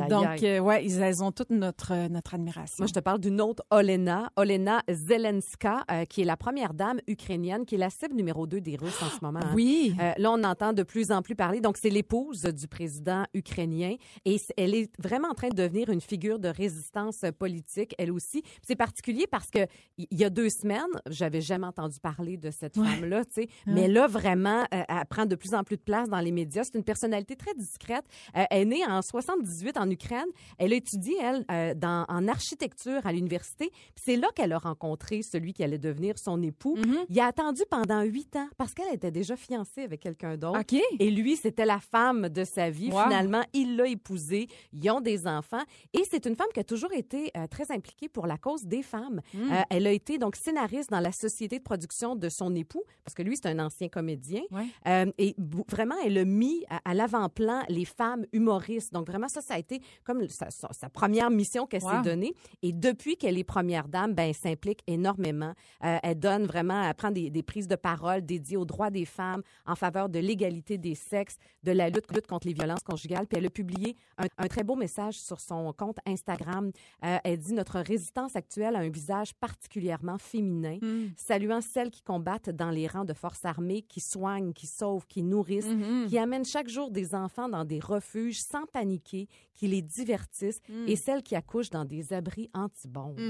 S4: Aïe, aïe,
S5: Donc
S4: aïe.
S5: euh, ouais, ils elles ont toute notre euh, notre admiration.
S4: Moi, je te parle d'une autre Olena, Olena Zelenska, euh, qui est la première dame ukrainienne, qui est la cible numéro 2 des Russes en ce moment. hein.
S5: Oui.
S4: Euh, là, on entend de plus en plus parler. Donc, c'est l'épouse du président ukrainien et c- elle est vraiment en train de devenir une figure de résistance euh, politique, elle aussi. Puis C'est particulier parce que il y, y a deux semaines, j'avais jamais entendu parler de cette femme-là, tu sais. Mais là, vraiment, évidemment, euh, elle prend de plus en plus de place dans les médias. C'est une personnalité très discrète. Euh, elle est née en 78 en Ukraine. Elle a étudié, elle, euh, dans, en architecture à l'université. Puis C'est là qu'elle a rencontré celui qui allait devenir son époux.
S5: Mhm.
S4: Il a attendu pendant huit ans parce qu'elle était déjà fiancée avec quelqu'un d'autre.
S5: OK.
S4: Et lui, c'était la femme de sa vie.
S5: Wow.
S4: Finalement, il l'a épousée. Ils ont des enfants. Et c'est une femme qui a toujours été euh, très impliquée pour la cause des femmes.
S5: Hmm.
S4: Euh, elle a été donc scénariste dans la société de production de son époux, parce que lui, c'est un ancien comédien.
S5: Ouais.
S4: Euh, et bou- vraiment, elle a mis à, à l'avant-plan les femmes humoristes. Donc vraiment, ça, ça a été comme sa, sa- sa première mission qu'elle
S5: Wow.
S4: s'est donnée. Et depuis qu'elle est première dame, ben, elle s'implique énormément. Euh, elle donne vraiment, elle prend des, des prises de parole dédiées aux droits des femmes, en faveur de l'égalité des sexes, de la lutte, lutte contre les violences conjugales. Puis elle a publié un, un très beau message sur son compte Instagram. Euh, elle dit Notre résistance actuelle a un visage particulièrement féminin saluant celles qui combattent dans les rangs de forces armées, qui soignent, qui sauvent, qui nourrissent, qui amènent chaque jour des enfants dans des refuges sans paniquer, qui les divertissent, et celles qui accouchent dans des abris anti-bombes.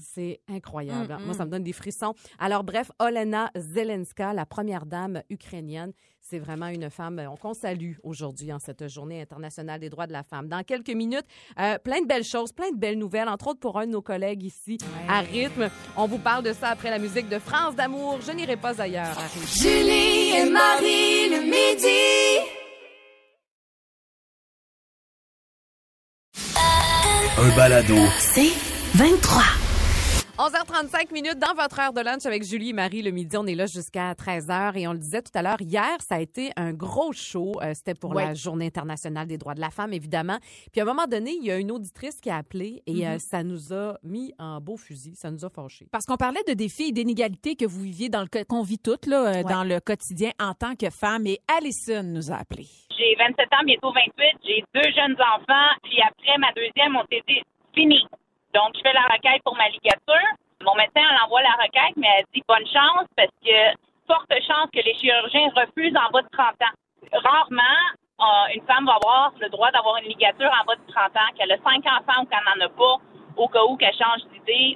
S4: C'est incroyable. hein. Moi, ça me donne des frissons. Alors, bref, Olena Zelenska, la première dame ukrainienne, c'est vraiment une femme euh, qu'on salue aujourd'hui en cette journée internationale des droits de la femme. Dans quelques minutes, euh, plein de belles choses, plein de belles nouvelles, entre autres pour un de nos collègues ici à Rythme. On vous parle de ça après la musique de France d'amour. Je n'irai pas ailleurs. à Rythme.
S2: Julie et Marie le midi.
S8: Un balado.
S4: 11h35 minutes dans votre heure de lunch avec Julie et Marie le midi. On est là jusqu'à 13h et on le disait tout à l'heure, hier, ça a été un gros show. Euh, C'était pour
S5: Ouais.
S4: la Journée internationale des droits de la femme, évidemment. Puis à un moment donné, il y a une auditrice qui a appelé et
S5: Mm-hmm.
S4: euh, ça nous a mis en beau fusil. Ça nous a fâchés.
S5: Parce qu'on parlait de défis et d'inégalités que vous viviez dans le co- qu'on vit toutes là, euh, dans le quotidien en tant que femme et Alison nous a appelé.
S7: J'ai 27 ans, bientôt 28. J'ai deux jeunes enfants. Puis après ma deuxième, on s'est dit fini. Donc, je fais la requête pour ma ligature. Mon médecin, elle envoie la requête, mais elle dit bonne chance parce que forte chance que les chirurgiens refusent en bas de 30 ans. Rarement, euh, une femme va avoir le droit d'avoir une ligature en bas de 30 ans, qu'elle a cinq enfants ou qu'elle n'en a pas, au cas où qu'elle change d'idée.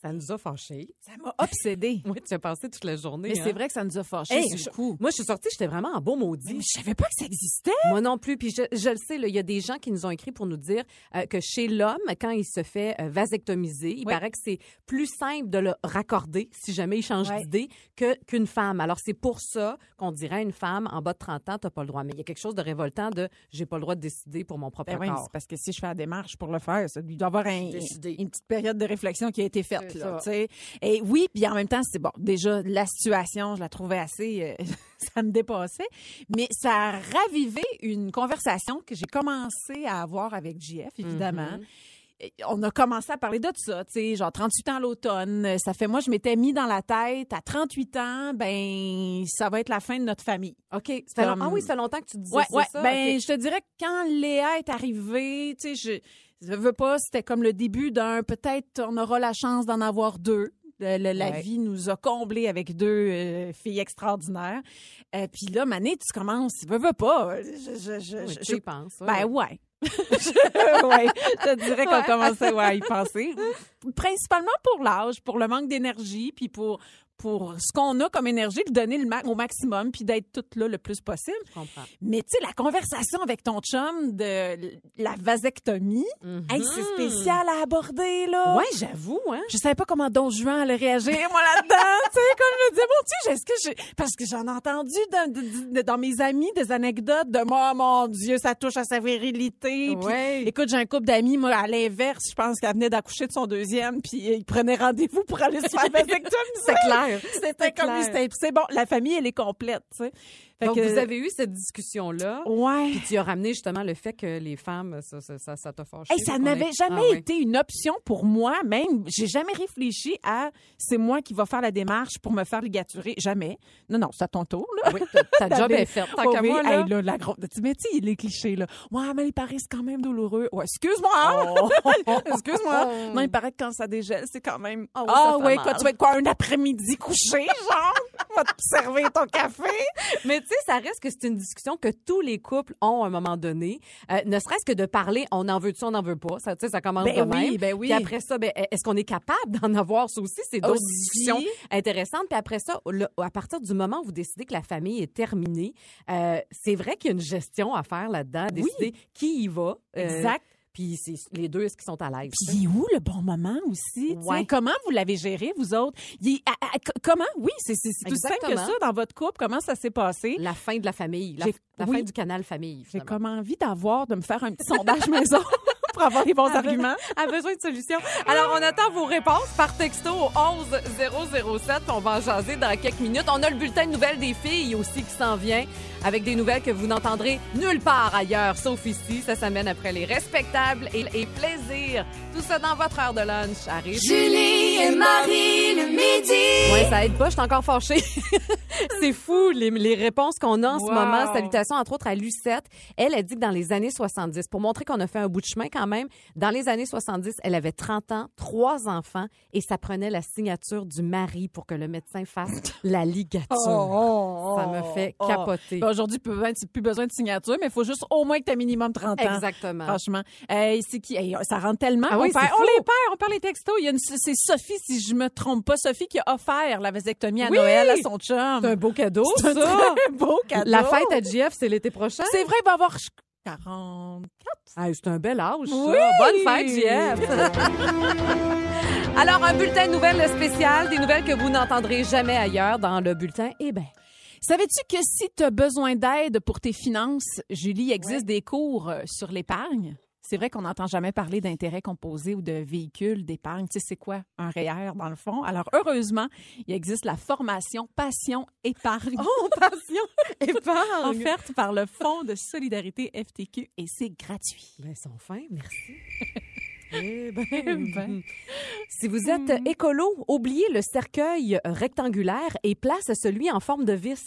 S4: Ça nous a fâchés.
S5: Ça m'a obsédée.
S4: Oui, tu as passé toute la journée.
S5: Mais
S4: hein.
S5: c'est vrai que ça nous a fâchés
S4: Hey,
S5: sur le coup.
S4: Moi, je suis sortie, j'étais vraiment en beau maudit.
S5: Mais je savais pas que ça existait.
S4: Moi non plus. Puis je, je le sais, là, il y a des gens qui nous ont écrit pour nous dire euh, que chez l'homme, quand il se fait euh, vasectomiser, il
S5: Oui.
S4: paraît que c'est plus simple de le raccorder si jamais il change
S5: Ouais.
S4: d'idée que qu'une femme. Alors c'est pour ça qu'on dirait à une femme en bas de 30 ans, t'as pas le droit. Mais il y a quelque chose de révoltant de j'ai pas le droit de décider pour mon propre
S5: Ben oui,
S4: corps.
S5: c'est parce que si je fais la démarche pour le faire, ça, il doit y avoir un-
S4: Décidé.
S5: une petite période de réflexion qui a été faite.
S4: C'est
S5: Là,
S4: ça.
S5: tu sais. et oui, puis en même temps, c'est bon. Déjà, la situation, je la trouvais assez... euh, *laughs* ça me dépassait. Mais ça a ravivé une conversation que j'ai commencé à avoir avec JF, évidemment.
S4: Mm-hmm.
S5: Et On a commencé à parler de ça, tu sais, genre 38 ans à l'automne. Ça fait, moi, je m'étais mis dans la tête, à 38 ans, ben, ça va être la fin de notre famille.
S4: OK. Ça fait long-
S5: Comme-
S4: Ah oui, ça fait longtemps que tu te disais
S5: Ouais,
S4: c'est
S5: ouais.
S4: ça.
S5: Ben,
S4: OK.
S5: je te dirais que quand Léa est arrivée, tu sais, je, je veux pas, c'était comme le début d'un peut-être on aura la chance d'en avoir deux. Le- le- la
S4: Ouais.
S5: vie nous a comblés avec deux euh, filles extraordinaires. Euh, Puis là, Mané, tu commences, veux, veux pas. Je, je, je,
S4: Oui,
S5: je-
S4: tu y penses. ouais, *laughs*
S5: ben
S4: ouais.
S5: ouais. *laughs* ouais, je te dirais qu'on
S4: Ouais.
S5: commençait ouais, à y penser. Principalement pour l'âge, pour le manque d'énergie, puis pour, pour ce qu'on a comme énergie, de donner le ma- au maximum, puis d'être toutes là le plus possible.
S4: Je comprends.
S5: Mais tu sais, la conversation avec ton chum de l- la vasectomie, hey, c'est spécial à aborder, là.
S4: Hmm. Mhm. Ouais, j'avoue, hein.
S5: Je savais pas comment Don Juan allait réagir, moi, là-dedans. *laughs* tu sais, comme je me disais, mon Dieu, est-ce que je... Parce que j'en ai entendu dans, de- de- dans mes amis des anecdotes de « moi, mon Dieu, ça touche à sa virilité. Puis,
S4: Ouais.
S5: Écoute, j'ai un couple d'amis, moi, à l'inverse, je pense qu'elle venait d'accoucher de son deuxième, puis euh, ils prenaient rendez-vous pour aller
S4: *laughs*
S5: se faire vasectomiser.
S4: C'est clair.
S5: C'était comme...
S4: clair.
S5: c'était- C'est bon, la famille, elle est complète, tu sais. Fait
S4: Donc,
S5: que- Oh.
S4: vous avez eu cette discussion-là.
S5: Ouais.
S4: Puis tu as ramené justement le fait que les femmes, ça, ça, ça, ça t'a fâché.
S5: Hey, ça
S4: qu'on
S5: n'avait
S4: ait-
S5: jamais
S4: Ah ouais.
S5: été une option pour moi, même. J'ai jamais réfléchi à c'est moi qui va faire la démarche pour me faire ligaturer. Jamais. Non, non, c'est à ton tour,
S4: Ah
S5: là.
S4: Oui,
S5: *laughs*
S4: ta, ta job
S5: T'avais-
S4: est faite. Tant
S5: Oh
S4: qu'à
S5: oui,
S4: moi, là.
S5: hey, là, la grosse. Tu mais tu sais, les clichés, là. Ouais, mais les paris, c'est quand même douloureux. Ouais,
S4: Oh.
S5: excuse-moi. *laughs* excuse-moi. Non, il paraît que quand ça dégèle, c'est quand même. Ah,
S4: oui, ça fait
S5: ouais,
S4: mal. *laughs*
S5: quand tu vas être quoi, un après-midi couché, genre? On va te servir ton café.
S4: Mais tu tu sais, ça reste que c'est une discussion que tous les couples ont à un moment donné. Euh, ne serait-ce que de parler, on en veut-tu, on en veut pas. Ça, tu sais, ça commence
S5: Ben
S4: de
S5: oui,
S4: même.
S5: ben oui.
S4: Puis après ça, ben, est-ce qu'on est capable d'en avoir ça aussi? C'est d'autres
S5: Aussi.
S4: discussions intéressantes. Puis après ça, le- à partir du moment où vous décidez que la famille est terminée, euh, c'est vrai qu'il y a une gestion à faire là-dedans, à décider qui y va. euh,
S5: Exact.
S4: Puis c'est les deux, est-ce qu'ils sont à l'aise?
S5: Puis il est où le bon moment aussi? tu sais?
S4: Ouais.
S5: Comment vous l'avez géré, vous autres? Il est- à- à- co- comment? Oui, c'est c'est- c'est tout simple que
S4: Exactement.
S5: ça dans votre couple. Comment ça s'est passé?
S4: La fin de la famille, la,
S5: J'ai-
S4: la
S5: oui.
S4: fin du canal famille.
S5: J'ai
S4: finalement. *laughs*
S5: comme envie d'avoir, de me faire un petit sondage *laughs* maison pour avoir les bons
S4: *laughs*
S5: arguments.
S4: a besoin de solutions. Alors, on attend vos réponses par texto au 11 007. On va en jaser dans quelques minutes. On a le bulletin de nouvelles des filles aussi qui s'en vient avec des nouvelles que vous n'entendrez nulle part ailleurs, sauf ici. Ça s'amène après les respectables et, et plaisirs. Tout ça dans votre heure de lunch. Arrive.
S2: Julie et Marie le midi.
S4: Ouais, ça aide pas, je suis encore fâchée. *laughs* c'est fou, les, les réponses qu'on a en ce
S5: Wow.
S4: moment. Salutations, entre autres, à Lucette. Elle, a dit que dans les années 70, pour montrer qu'on a fait un bout de chemin quand même, dans les années 70, elle avait 30 ans, trois enfants, et ça prenait la signature du mari pour que le médecin *laughs* fasse la ligature. Oh, ça me fait
S5: oh.
S4: capoter.
S5: Ben, Aujourd'hui, peu- ben, plus besoin de signature, mais il faut juste au moins que tu aies minimum 30 ans.
S4: Exactement.
S5: Franchement. Euh, c'est qui? Hey, ça rentre tellement.
S4: Ah
S5: on,
S4: oui,
S5: perd-
S4: c'est
S5: on
S4: fou.
S5: les perd, on perd les textos. Il y a une, c'est Sophie, si je me trompe pas, Sophie qui a offert la vasectomie à
S4: Oui!
S5: Noël à son chum.
S4: C'est un beau cadeau,
S5: C'est un
S4: ça.
S5: très beau cadeau.
S4: La fête à GF, c'est l'été prochain.
S5: C'est vrai, il va avoir 40.
S4: Ah, c'est un bel âge, ça.
S5: Oui!
S4: Bonne fête, JF! *laughs* Alors, un bulletin de nouvelles spécial, des nouvelles que vous n'entendrez jamais ailleurs dans le bulletin. Eh bien,
S5: Savais-tu que si tu as besoin d'aide pour tes finances, Julie, il existe des cours euh, sur l'épargne? C'est vrai qu'on n'entend jamais parler d'intérêt composé ou de véhicules d'épargne. Tu sais, c'est quoi un REER dans le fond? Alors, heureusement, il existe la formation Passion Épargne. Oh, Passion
S4: *laughs* épargne!
S5: Offerte par le Fonds de solidarité FTQ et c'est gratuit.
S4: ben, ils sont fins,
S5: *laughs*
S4: merci. Eh ben,
S5: ben. Hmm.
S4: Si vous êtes écolo, oubliez le cercueil euh, rectangulaire et place celui en forme de
S5: *laughs*
S4: vis.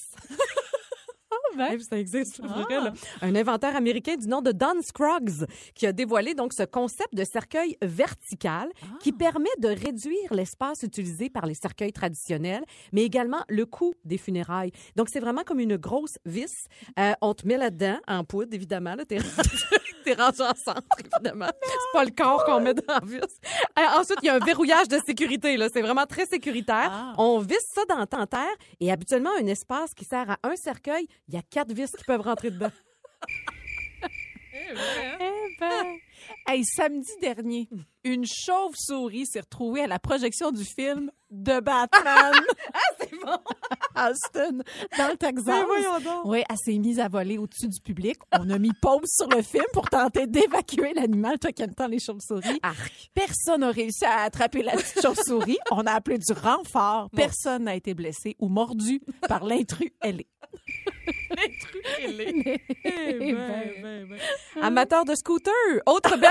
S5: ben. Ah.
S4: Eh, Ça existe, pour vrai, là. Un inventaire américain du nom de Don Scruggs qui a dévoilé donc ce concept de cercueil vertical qui permet de réduire l'espace utilisé par les cercueils traditionnels, mais également le coût des funérailles. Donc, c'est vraiment comme une grosse vis. Euh, on te met là-dedans, en poudre, évidemment. Là, t'es *laughs* t'es rangé en centre, évidemment. C'est pas le corps qu'on met dans la vis. Euh, ensuite, il y a un verrouillage de sécurité. là. C'est vraiment très sécuritaire.
S5: Ah.
S4: On visse ça dans le terre et habituellement, un espace qui sert à un cercueil, il y a quatre vis qui peuvent rentrer dedans.
S5: Eh ben. Hey, samedi dernier, une chauve-souris s'est retrouvée à la projection du film de *laughs* Batman. *laughs* ah, c'est bon! Austin, dans le Texas. Oui, elle s'est mise à voler au-dessus du public. On a mis pause sur le film pour tenter d'évacuer l'animal, toi qui aimes tant les chauves-souris.
S4: Arc.
S5: Personne n'a réussi à attraper la petite chauve-souris. On a appelé du renfort. Personne n'a été blessé ou mordu par l'intrus ailé. *laughs* l'intrus ailé. Eh ben.
S4: Amateur de scooter,
S5: *laughs*
S4: autre belle.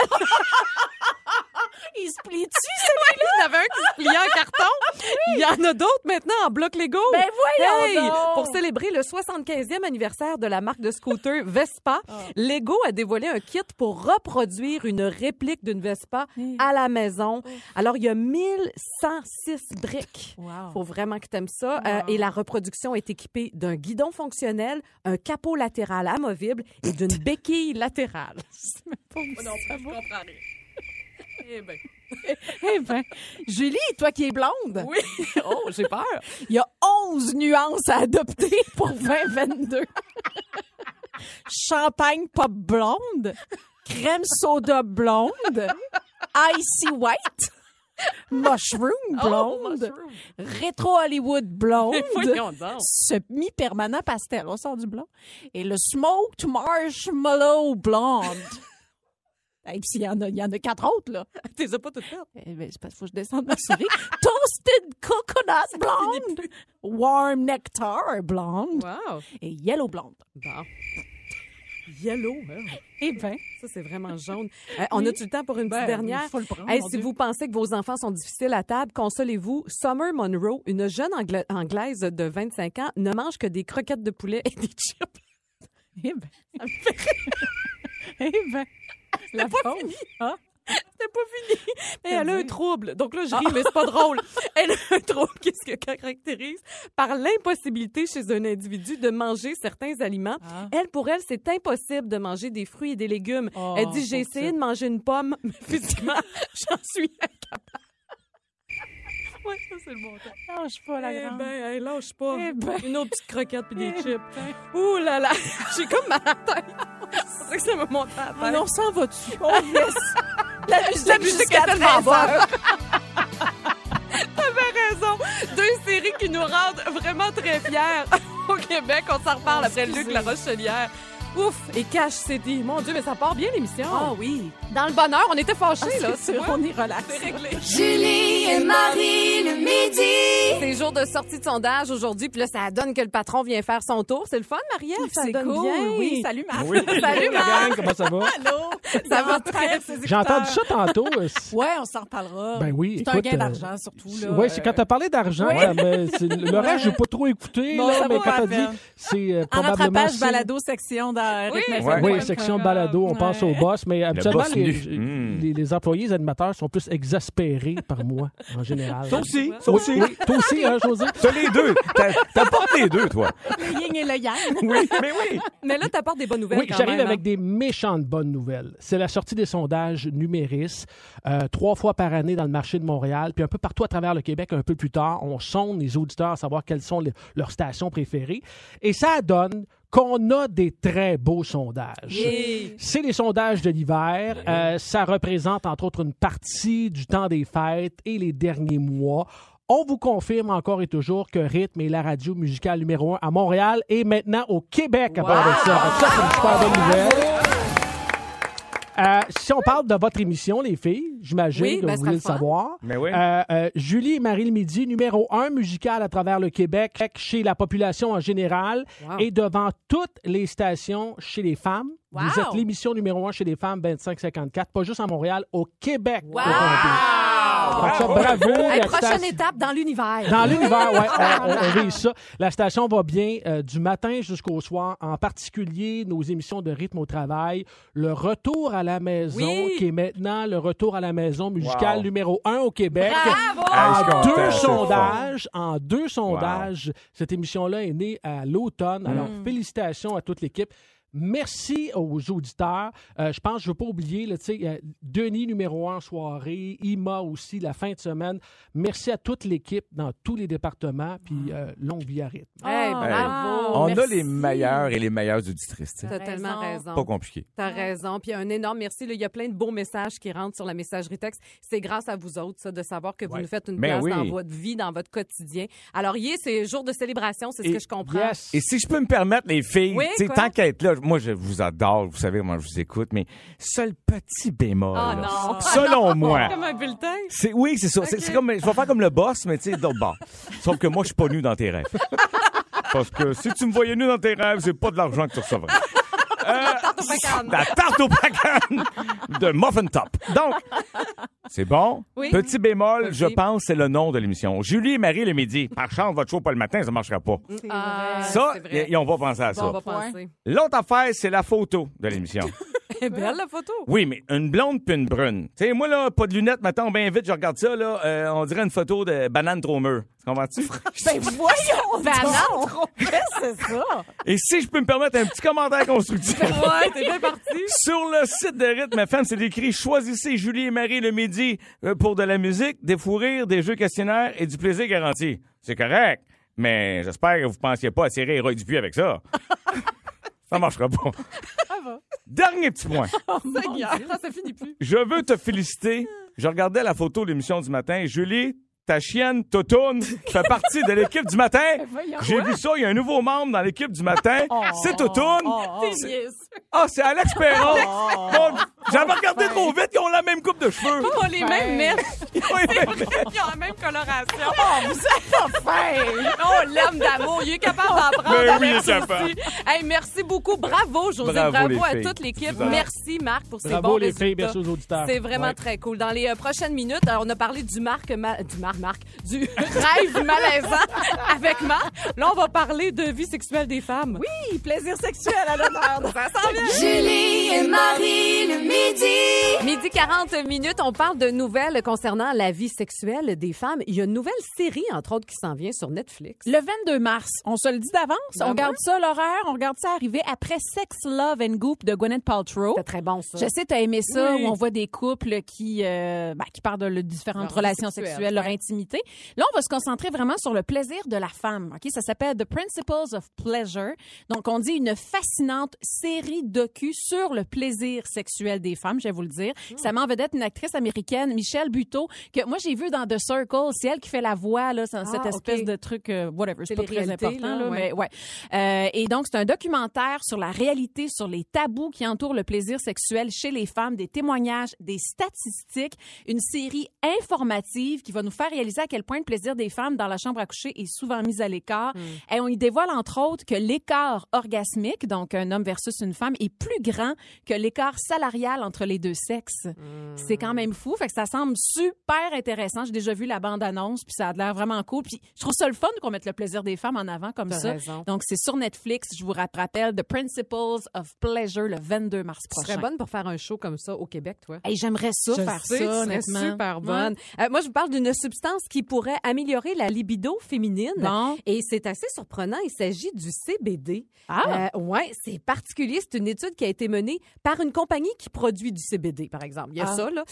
S5: Il se plie dessus, *laughs*
S4: Il y en avait un qui se pliait en carton. Il y en a d'autres maintenant en bloc Lego.
S5: Ben voyons
S4: Hey!
S5: donc!
S4: Pour célébrer le 75e anniversaire de la marque de
S5: *laughs*
S4: scooter Vespa,
S5: Ah.
S4: Lego a dévoilé un kit pour reproduire une réplique d'une Vespa à la maison.
S5: Oh.
S4: Alors, il y a 1106 briques.
S5: Wow.
S4: Faut vraiment que t'aimes ça. Euh, et la reproduction est équipée d'un guidon fonctionnel, un capot latéral amovible et
S5: *laughs*
S4: d'une béquille latérale.
S5: Oh ben. *laughs* Eh ben, Julie, toi qui es blonde, *laughs*
S4: Oui. Oh, j'ai peur.
S5: il y a 11 nuances à adopter *laughs* pour 2022. Champagne pop blonde, crème soda blonde, icy white, mushroom blonde, rétro Hollywood *laughs* blonde,
S4: Voyons donc.
S5: semi-permanent pastel, on sort du blond, et le smoked marshmallow *laughs* blonde. Et puis, il y, en a- il y en a quatre autres, là.
S4: T'es pas toutes faites.
S5: Eh ben, c'est parce qu'il faut que je descende ma souris. *laughs* Toasted coconut blonde. Warm nectar blonde.
S4: Wow.
S5: Et yellow blonde.
S4: Bon. Yellow, hein?
S5: Eh ben,
S4: Ça, c'est vraiment jaune. Euh, on a-tu le temps pour une petite
S5: Ben,
S4: dernière?
S5: il faut le prendre,
S4: Hey,
S5: mon
S4: si *laughs*
S5: Dieu.
S4: vous pensez que vos enfants sont difficiles à table, consolez-vous. Summer Monroe, une jeune Angla- Anglaise de 25 ans, ne mange que des croquettes de poulet et des chips.
S5: eh
S4: *laughs*
S5: ben. eh ben. *laughs* La pauvre. Ah.
S4: T'as pas vu fini.
S5: *laughs*
S4: Mais elle a un trouble. Donc là, je
S5: Ah.
S4: ris, mais c'est pas drôle. Elle a un trouble qui se caractérise par l'impossibilité chez un individu de manger certains aliments.
S5: Ah. *laughs*
S4: Elle, pour elle, c'est impossible de manger des fruits et des légumes.
S5: Oh,
S4: elle dit, j'ai
S5: pauvre
S4: essayé
S5: type.
S4: de manger une pomme, *laughs* mais physiquement, j'en suis incapable. Ouais, ça, c'est le bon temps.
S5: Lâche pas *laughs* la
S4: Eh
S5: grande.
S4: ben, hey, lâche pas.
S5: Eh ben. Eh
S4: Une autre petite croquette puis des chips. Ouh là *laughs* là, j'ai comme mal à la tête. *laughs* C'est vrai que Ah ça me monte à la tête.
S5: on s'en va *laughs* dessus. On laisse. Oh, La musique,
S4: La musique est
S5: jusqu'à
S4: tellement
S5: 13
S4: bonne. *laughs*
S5: heures.
S4: raison. Deux séries qui nous rendent vraiment très fiers au Québec. On s'en reparle après Luc La Rochelière. Ouf, et cash CD. Mon Dieu, mais ça part bien l'émission.
S5: Ah oui.
S4: Dans le bonheur, on était fâchés, là.
S5: Ah, C'est
S4: tu
S5: sûr,
S4: vois.
S5: on est relax.
S4: C'est réglé.
S2: Julie et Marie le midi.
S4: C'est jour de sortie de sondage aujourd'hui, puis là, ça donne que le patron vient faire son tour. C'est le fun, Marielle? Ça
S5: C'est
S4: donne
S5: cool.
S4: bien.
S5: Oui, Ah, *laughs* salut Marc.
S9: Oui.
S4: *laughs* Salut,
S9: la
S4: Marc.
S9: gang, comment ça va?
S5: Allô.
S4: Ça va très bien.
S9: J'ai entendu ça tantôt. euh, c-
S5: Ouais, on s'en reparlera.
S9: Ben oui,
S5: C'est un
S9: écoute,
S5: gain
S9: euh,
S5: d'argent, surtout. là.
S9: ouais, c'est
S5: Euh,
S9: quand t'as parlé d'argent,
S5: Oui.
S9: là, mais c'est- le reste, j'ai pas trop écouté,
S5: Non,
S9: là,
S5: ça
S9: mais
S5: vaut
S9: quand
S5: la
S9: t'as
S5: peine.
S9: dit, c'est euh,
S5: En
S9: probablement...
S5: rattrapage
S9: signe-
S5: balado section dans
S4: Oui.
S5: Rythme
S4: Ouais.
S5: FM.
S9: Oui, section balado, on passe au *laughs*
S5: Ouais.
S9: boss, mais absolument,
S10: boss
S9: les,
S10: nu. Mm.
S9: les- les employés les animateurs sont plus exaspérés par moi, en général.
S10: Toi aussi, toi
S9: Oui,
S10: aussi.
S9: oui, toi aussi, hein, José?
S10: T'as les deux. T'as- T'apportes les deux, toi.
S5: Le yin et le yang.
S10: Oui, mais oui.
S4: Mais là, t'apportes des bonnes nouvelles
S9: Oui,
S4: quand
S9: j'arrive
S4: même,
S9: avec
S4: hein.
S9: des méchantes bonnes nouvelles. C'est la sortie des sondages numéris, euh, trois fois par année dans le marché de Montréal, puis un peu partout à travers le Québec un peu plus tard. On sonde les auditeurs à savoir quelles sont les- leurs stations préférées. Et ça donne qu'on a des très beaux sondages. C'est les sondages de l'hiver.
S4: Eh
S9: Euh, ça représente entre autres une partie du temps des fêtes et les derniers mois. On vous confirme encore et toujours que Rythme est la radio musicale numéro un à Montréal et maintenant au Québec à part de ça. Fait que ça, c'est une super bonne nouvelle. Euh, si on parle de votre émission, les filles, j'imagine
S4: Oui,
S9: que
S4: ben,
S9: vous
S4: ce
S9: voulez le
S4: sera le fun.
S9: savoir.
S10: Mais oui.
S9: Euh, euh, Julie et Marie le Midi, numéro un musical à travers le Québec, chez la population en général
S4: Wow.
S9: et devant toutes les stations chez les femmes.
S5: Wow.
S9: Vous êtes l'émission numéro un chez les femmes 25-54, pas juste à Montréal, au Québec.
S4: Wow!
S9: Donc ça, bravo.
S4: Hey,
S9: la
S4: prochaine
S9: station-
S4: étape dans l'univers.
S9: dans l'univers, ouais, on, on- on vise ça. La station va bien euh, du matin jusqu'au soir, en particulier nos émissions de rythme au travail, le retour à la maison,
S4: Oui.
S9: qui est maintenant le retour à la maison musical
S10: Wow.
S9: numéro un au Québec.
S10: Ah, je suis
S9: En
S10: content,
S9: deux
S10: c'est
S9: sondages, en deux sondages, cette émission-là est née à l'automne. Alors,
S4: Mm.
S9: félicitations à toute l'équipe. Merci aux auditeurs. Euh, je pense, je ne veux pas oublier, là, tu sais, euh, Denis numéro un en soirée, Ima aussi la fin de semaine. Merci à toute l'équipe dans tous les départements,
S4: Ah.
S9: puis euh, longue vie à rythme.
S4: Hey,
S5: Ah,
S4: bravo.
S10: On a
S5: merci.
S10: les meilleurs et les meilleures auditrices. tu sais.
S4: T'as tellement
S5: raison.
S4: raison.
S10: Pas compliqué.
S4: T'as raison. Puis un énorme merci. là. Il y a plein de beaux messages qui rentrent sur la messagerie texte. C'est grâce à vous autres, ça, de savoir que vous
S9: Ouais.
S4: nous faites une
S10: Ben
S4: place
S10: oui.
S4: dans votre vie, dans votre quotidien. Alors, hier, c'est jour de célébration, c'est ce
S10: Et-
S4: que je comprends.
S9: Yes.
S10: Et si je peux me permettre, les filles,
S4: Oui,
S10: tu sais,
S4: quoi?
S10: tant qu'à être là, moi, je vous adore, vous savez comment je vous écoute, mais seul petit bémol,
S4: Oh
S10: là,
S4: non.
S10: selon moi,
S4: Comme un bulletin.
S10: c'est oui, c'est ça. C'est- C'est comme, je vais faire comme le boss, mais tu sais, d'autre bord. Sauf que moi, je suis pas nu dans tes rêves. Parce que si tu me voyais nu dans tes rêves, c'est pas de l'argent que
S4: *laughs*
S10: tu recevrais. Euh,
S4: Bacane.
S10: La tarte au bacane de Muffin Top. Donc, c'est bon.
S4: Oui.
S10: Petit bémol, je
S4: Vas-y.
S10: pense, c'est le nom de l'émission. Julie et Marie le midi. Par chance, votre show pas le matin, ça marchera pas.
S4: Ah,
S10: ça,
S4: c'est vrai.
S10: y- y- on va penser à
S4: Bon, on
S10: ça.
S4: va penser.
S10: L'autre affaire, c'est la photo de l'émission.
S4: *laughs* Elle est belle, la photo.
S10: oui, mais une blonde puis une brune. Tu sais, moi, là, pas de lunettes, maintenant, bien vite, je regarde ça, là, euh, on dirait une photo de banane trop mûre. Tu
S4: *laughs*
S10: comprends-tu?
S5: *laughs* Ben voyons
S4: non.
S5: donc! Qu'est-ce que c'est ça?
S10: Et si je peux me permettre un
S4: *laughs*
S10: petit commentaire constructif.
S5: *laughs*
S4: Ouais, t'es bien parti.
S10: Sur le site de Rythme FM, c'est écrit Choisissez Julie et Marie le midi euh, pour de la musique, des fous rires, des jeux questionnaires et du plaisir garanti. C'est correct, mais j'espère que vous ne pensiez pas à tirer Héroïque Dupuis
S4: *laughs*
S10: avec ça. ça marchera pas. Dernier petit point.
S5: Seigneur, ça finit plus.
S10: Je veux te féliciter. Je regardais la photo de l'émission du matin. Julie, ta chienne Totoune fait partie de l'équipe du matin. J'ai vu ça, il y a un nouveau membre dans l'équipe du matin. C'est Totoune.
S4: Oh.
S10: C'est-
S4: *laughs*
S10: Ah, c'est Alex Perron. Bon, J'avais regardé trop vite, ils ont la même coupe de cheveux.
S4: On les mêmes merde.
S10: Ils ont les mêmes-
S4: Ils ont la même coloration. Oh, vous êtes pas Oh, l'homme d'amour, il est capable d'en prendre.
S10: Ben oui, il est
S4: Alex,
S10: capable.
S4: aussi. Hey, merci beaucoup. Bravo, José. Bravo,
S10: Bravo, les
S4: à
S10: filles.
S4: toute l'équipe.
S10: Vous avez-
S4: Merci, Marc, pour ces
S9: Bravo
S4: bons
S9: les
S4: résultats.
S9: filles, merci aux auditeurs.
S4: C'est vraiment
S9: Ouais.
S4: très cool. Dans les euh, prochaines minutes, alors, on a parlé du Marc, ma- du Marc, Marc, du *laughs* rêve malaisant avec Marc. Là, on va parler de vie sexuelle des femmes. Oui,
S5: Plaisir sexuel à l'honneur.
S4: ça s'en vient.
S2: Julie et Marie le midi.
S4: Midi 40 minutes, on parle de nouvelles concernant la vie sexuelle des femmes. Il y a une nouvelle série, entre autres, qui s'en vient sur Netflix.
S5: Le 22 mars, on se le dit d'avance, on
S4: Vraiment?
S5: garde ça l'horaire, on garde ça arriver après Sex, Love and Goop de Gwyneth Paltrow.
S4: C'est très bon, ça.
S5: Oh! Je sais, t'as aimé ça,
S4: Oui.
S5: où on voit des couples qui, euh, ben, qui parlent de le- différentes
S4: Leur vie
S5: relations
S4: sexuelle,
S5: sexuelles, leur intimité. Là, on va se concentrer vraiment sur le plaisir de la femme. Ok, Ça s'appelle The Principles of Pleasure. Donc, on dit une fascinante série docu sur le plaisir sexuel des femmes, je vais vous le dire.
S4: Hmm.
S5: Ça m'en vedette une actrice américaine, Michelle Buteau, que moi, j'ai vu dans The Circle. C'est elle qui fait la voix, là, dans
S4: Ah,
S5: cette espèce
S4: ok.
S5: de truc, euh, whatever, c'est pas très
S4: Télé-réalité,
S5: important,
S4: là,
S5: là,
S4: ouais.
S5: mais Ouais. Euh, et donc, c'est un documentaire sur la réalité, sur les tabous qui entourent le plaisir sexuel chez les femmes, des témoignages, des statistiques, une série informative qui va nous faire réaliser à quel point le plaisir des femmes dans la chambre à coucher est souvent mis à l'écart.
S4: Hmm.
S5: Et on y dévoile, entre autres, que l'écart orgasmique, donc un homme versus une femme, est plus grand que l'écart salarial entre les deux sexes. C'est quand même fou. Fait que ça semble super intéressant. J'ai déjà vu la bande-annonce, puis ça a l'air vraiment cool. Puis je trouve ça le fun qu'on mette le plaisir des femmes en avant comme
S4: T'as
S5: ça.
S4: raison.
S5: Donc, c'est sur Netflix. Je vous rappelle The Principles of Pleasure le 22 mars
S4: Tu
S5: prochain.
S4: serais bonne pour faire un show comme ça au Québec, toi.
S5: Hey, J'aimerais ça
S4: Je
S5: faire
S4: sais, tu
S5: ça,
S4: serais
S5: honnêtement.
S4: super
S5: Ouais.
S4: bonne. Euh, moi, je vous parle d'une substance qui pourrait améliorer la libido féminine.
S5: Bon.
S4: Et c'est assez surprenant. Il s'agit du CBD.
S5: Ah!
S4: Euh, ouais, c'est particulier. C'est une étude qui a été menée par une compagnie qui produit du CBD, par exemple. Il y a
S5: Ah.
S4: ça, là.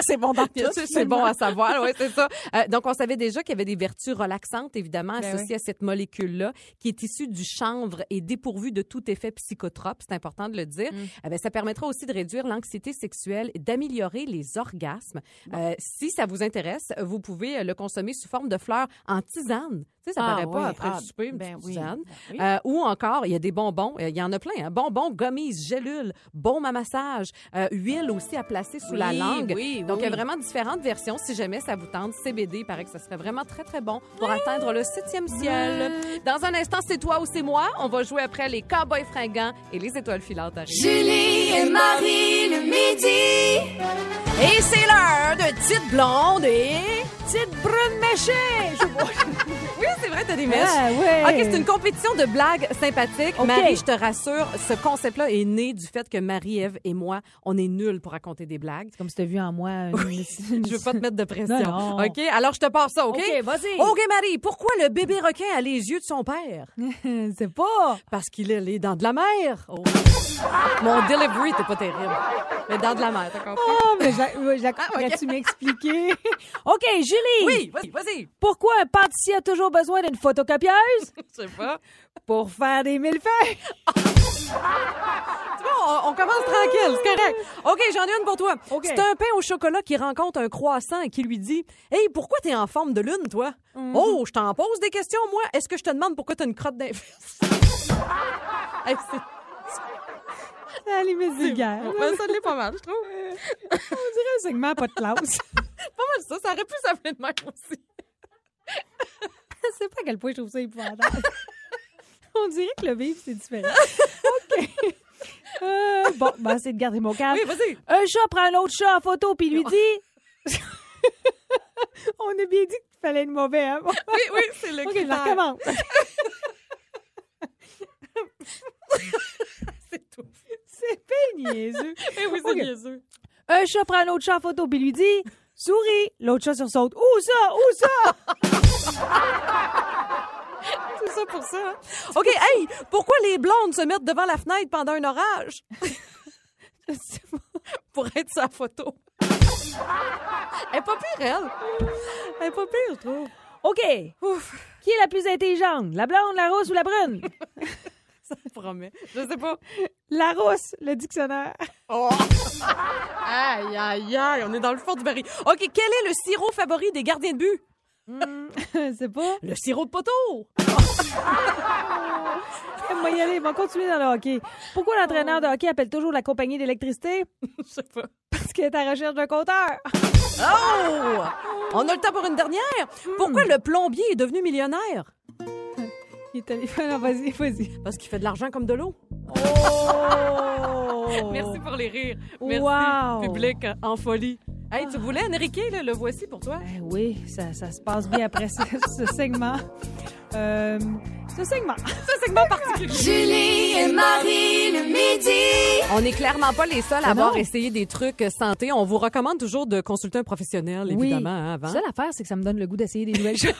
S5: c'est bon *laughs* dans
S4: Il y a
S5: tout,
S4: ça, *laughs* c'est
S5: finalement.
S4: bon à savoir, oui, c'est ça. Euh, donc, on savait déjà qu'il y avait des vertus relaxantes, évidemment,
S5: Ben
S4: associées à cette molécule-là, qui est issue du chanvre et dépourvue de tout effet psychotrope. C'est important de le dire.
S5: Mm.
S4: Euh, ben, ça permettra aussi de réduire l'anxiété sexuelle et d'améliorer les orgasmes. Euh, si ça vous intéresse, vous pouvez euh, le consommer sous forme de fleurs en tisane. Tu sais, ça
S5: Ah
S4: paraît
S5: oui,
S4: pas après
S5: ah,
S4: le souper, une
S5: ben
S4: petite
S5: oui,
S4: tisane.
S5: ben oui.
S4: Euh, ou encore, il y a des bonbons. euh, Il y en a plein. Hein? Bonbons, gommises, gélules, baumes à massage, euh, huile aussi à placer sous la
S5: Oui,
S4: langue.
S5: oui,
S4: Donc, il y a
S5: oui.
S4: vraiment différentes versions. Si jamais ça vous tente, CBD, il paraît que ça serait vraiment très, très bon pour atteindre le septième ciel. Dans un instant, c'est toi ou c'est moi. On va jouer après les cowboys fringants et les étoiles filantes arrivent.
S2: Julie et Marie le midi.
S4: Et c'est l'heure de petite blonde et petite brune méchée. Je vois. oui, c'est vrai, t'as des mèches.
S5: Ah, ouais.
S4: OK, c'est une compétition de blagues sympathiques.
S5: OK.
S4: Marie, je te rassure, ce concept-là est né du fait que Marie-Ève et moi, on est nuls pour raconter des blagues.
S11: Comme si t'as vu en moi une...
S4: Je veux pas te mettre de pression.
S11: Non, non.
S4: OK, alors je te passe ça, *laughs* OK? Oh.
S11: OK, vas-y.
S4: OK, Marie, pourquoi le bébé requin a les yeux de son père?
S11: C'est pas...
S4: Parce qu'il a les dents de la mer. Oh. Mon delivery, t'es pas terrible. Mais dents de la mer, t'as compris?
S11: Ah, mais je la- je la *laughs* tu m'expliquer? OK, Julie!
S4: Oui, vas-y, vas-y.
S11: Pourquoi un pâtissier a toujours besoin d'une photocopieuse?
S4: *laughs* Je sais pas.
S11: Pour faire des
S4: *laughs*
S11: millefeuilles.
S4: Bon, on, on commence tranquille, c'est correct. OK, j'en ai une pour toi.
S11: OK.
S4: C'est un pain au chocolat qui rencontre un croissant et qui lui dit Hey, pourquoi t'es en forme de lune, toi
S11: Mhm.
S4: Oh, je t'en pose des questions, moi. Est-ce que je te demande pourquoi t'as une crotte d'un *laughs*
S11: Ça limite vulgaire.
S4: Ben, ça l'est pas mal, je trouve.
S11: *laughs* On dirait un segment pas de
S4: *laughs*
S11: classe.
S4: Pas mal ça, ça aurait pu s'appeler de même aussi.
S11: Je sais pas à quel point je trouve ça épouvantable. On dirait que le vivre, c'est
S4: *laughs*
S11: différent. OK. Euh, bon, ben, c'est de garder mon calme.
S4: Oui, vas-y.
S11: Un chat prend un autre chat en photo *laughs* puis lui dit... On a bien dit qu'il fallait être mauvais. Hein?
S4: Oui, oui, c'est le
S11: OK, je la
S4: critère.
S11: recommence. *laughs*
S4: C'est tout.
S11: C'est pas niaiseux.
S4: Eh oui, c'est
S11: OK.
S4: niaiseux.
S11: Un chat prend un autre chat en photo puis lui dit... Souris! L'autre chat sursaute. Où ça? Où ça?
S4: *laughs* Tout ça pour ça. hein. OK, hey, pourquoi les blondes se mettent devant la fenêtre pendant un orage? *laughs* Je sais pas. Pour être sa photo. *laughs* elle est pas pire, elle. Elle est pas pire, je trouve.
S11: OK. Qui est la plus intelligente? La blonde, la rousse ou la brune?
S4: *laughs* Ça me promet. Je sais pas.
S11: la rousse, le dictionnaire.
S4: Aïe, aïe, aïe, on est dans le fond du baril. OK, quel est le sirop favori des gardiens de but?
S11: Hmm. *laughs* c'est pas.
S4: Le sirop de poteau.
S11: Moi, y aller, on va continuer dans le hockey. Pourquoi l'entraîneur de hockey appelle toujours la compagnie d'électricité?
S4: *laughs* Je sais pas.
S11: Parce qu'il est à la recherche d'un compteur.
S4: Oh! On a le temps pour une dernière. Pourquoi le plombier est devenu millionnaire?
S11: Il téléphone, non, vas-y, vas-y.
S4: Parce qu'il fait de l'argent comme de l'eau.
S11: Oh!
S4: Merci pour les rires. Merci,
S11: Merci, Wow.
S4: public
S11: public
S4: en folie. Hey, tu Eh voulais, Enrique, là, le voici pour toi.
S11: Ben oui, ça, ça se passe bien après ce, ce segment.
S5: Euh, ce
S4: *laughs*
S5: segment. ce segment particulier.
S12: Julie et Marie le midi.
S4: On n'est clairement pas les seuls à avoir essayé des trucs euh, santé. On vous recommande toujours de consulter un professionnel, évidemment, hein, avant.
S5: La seule affaire, c'est que ça me donne le goût d'essayer des nouvelles *laughs* choses,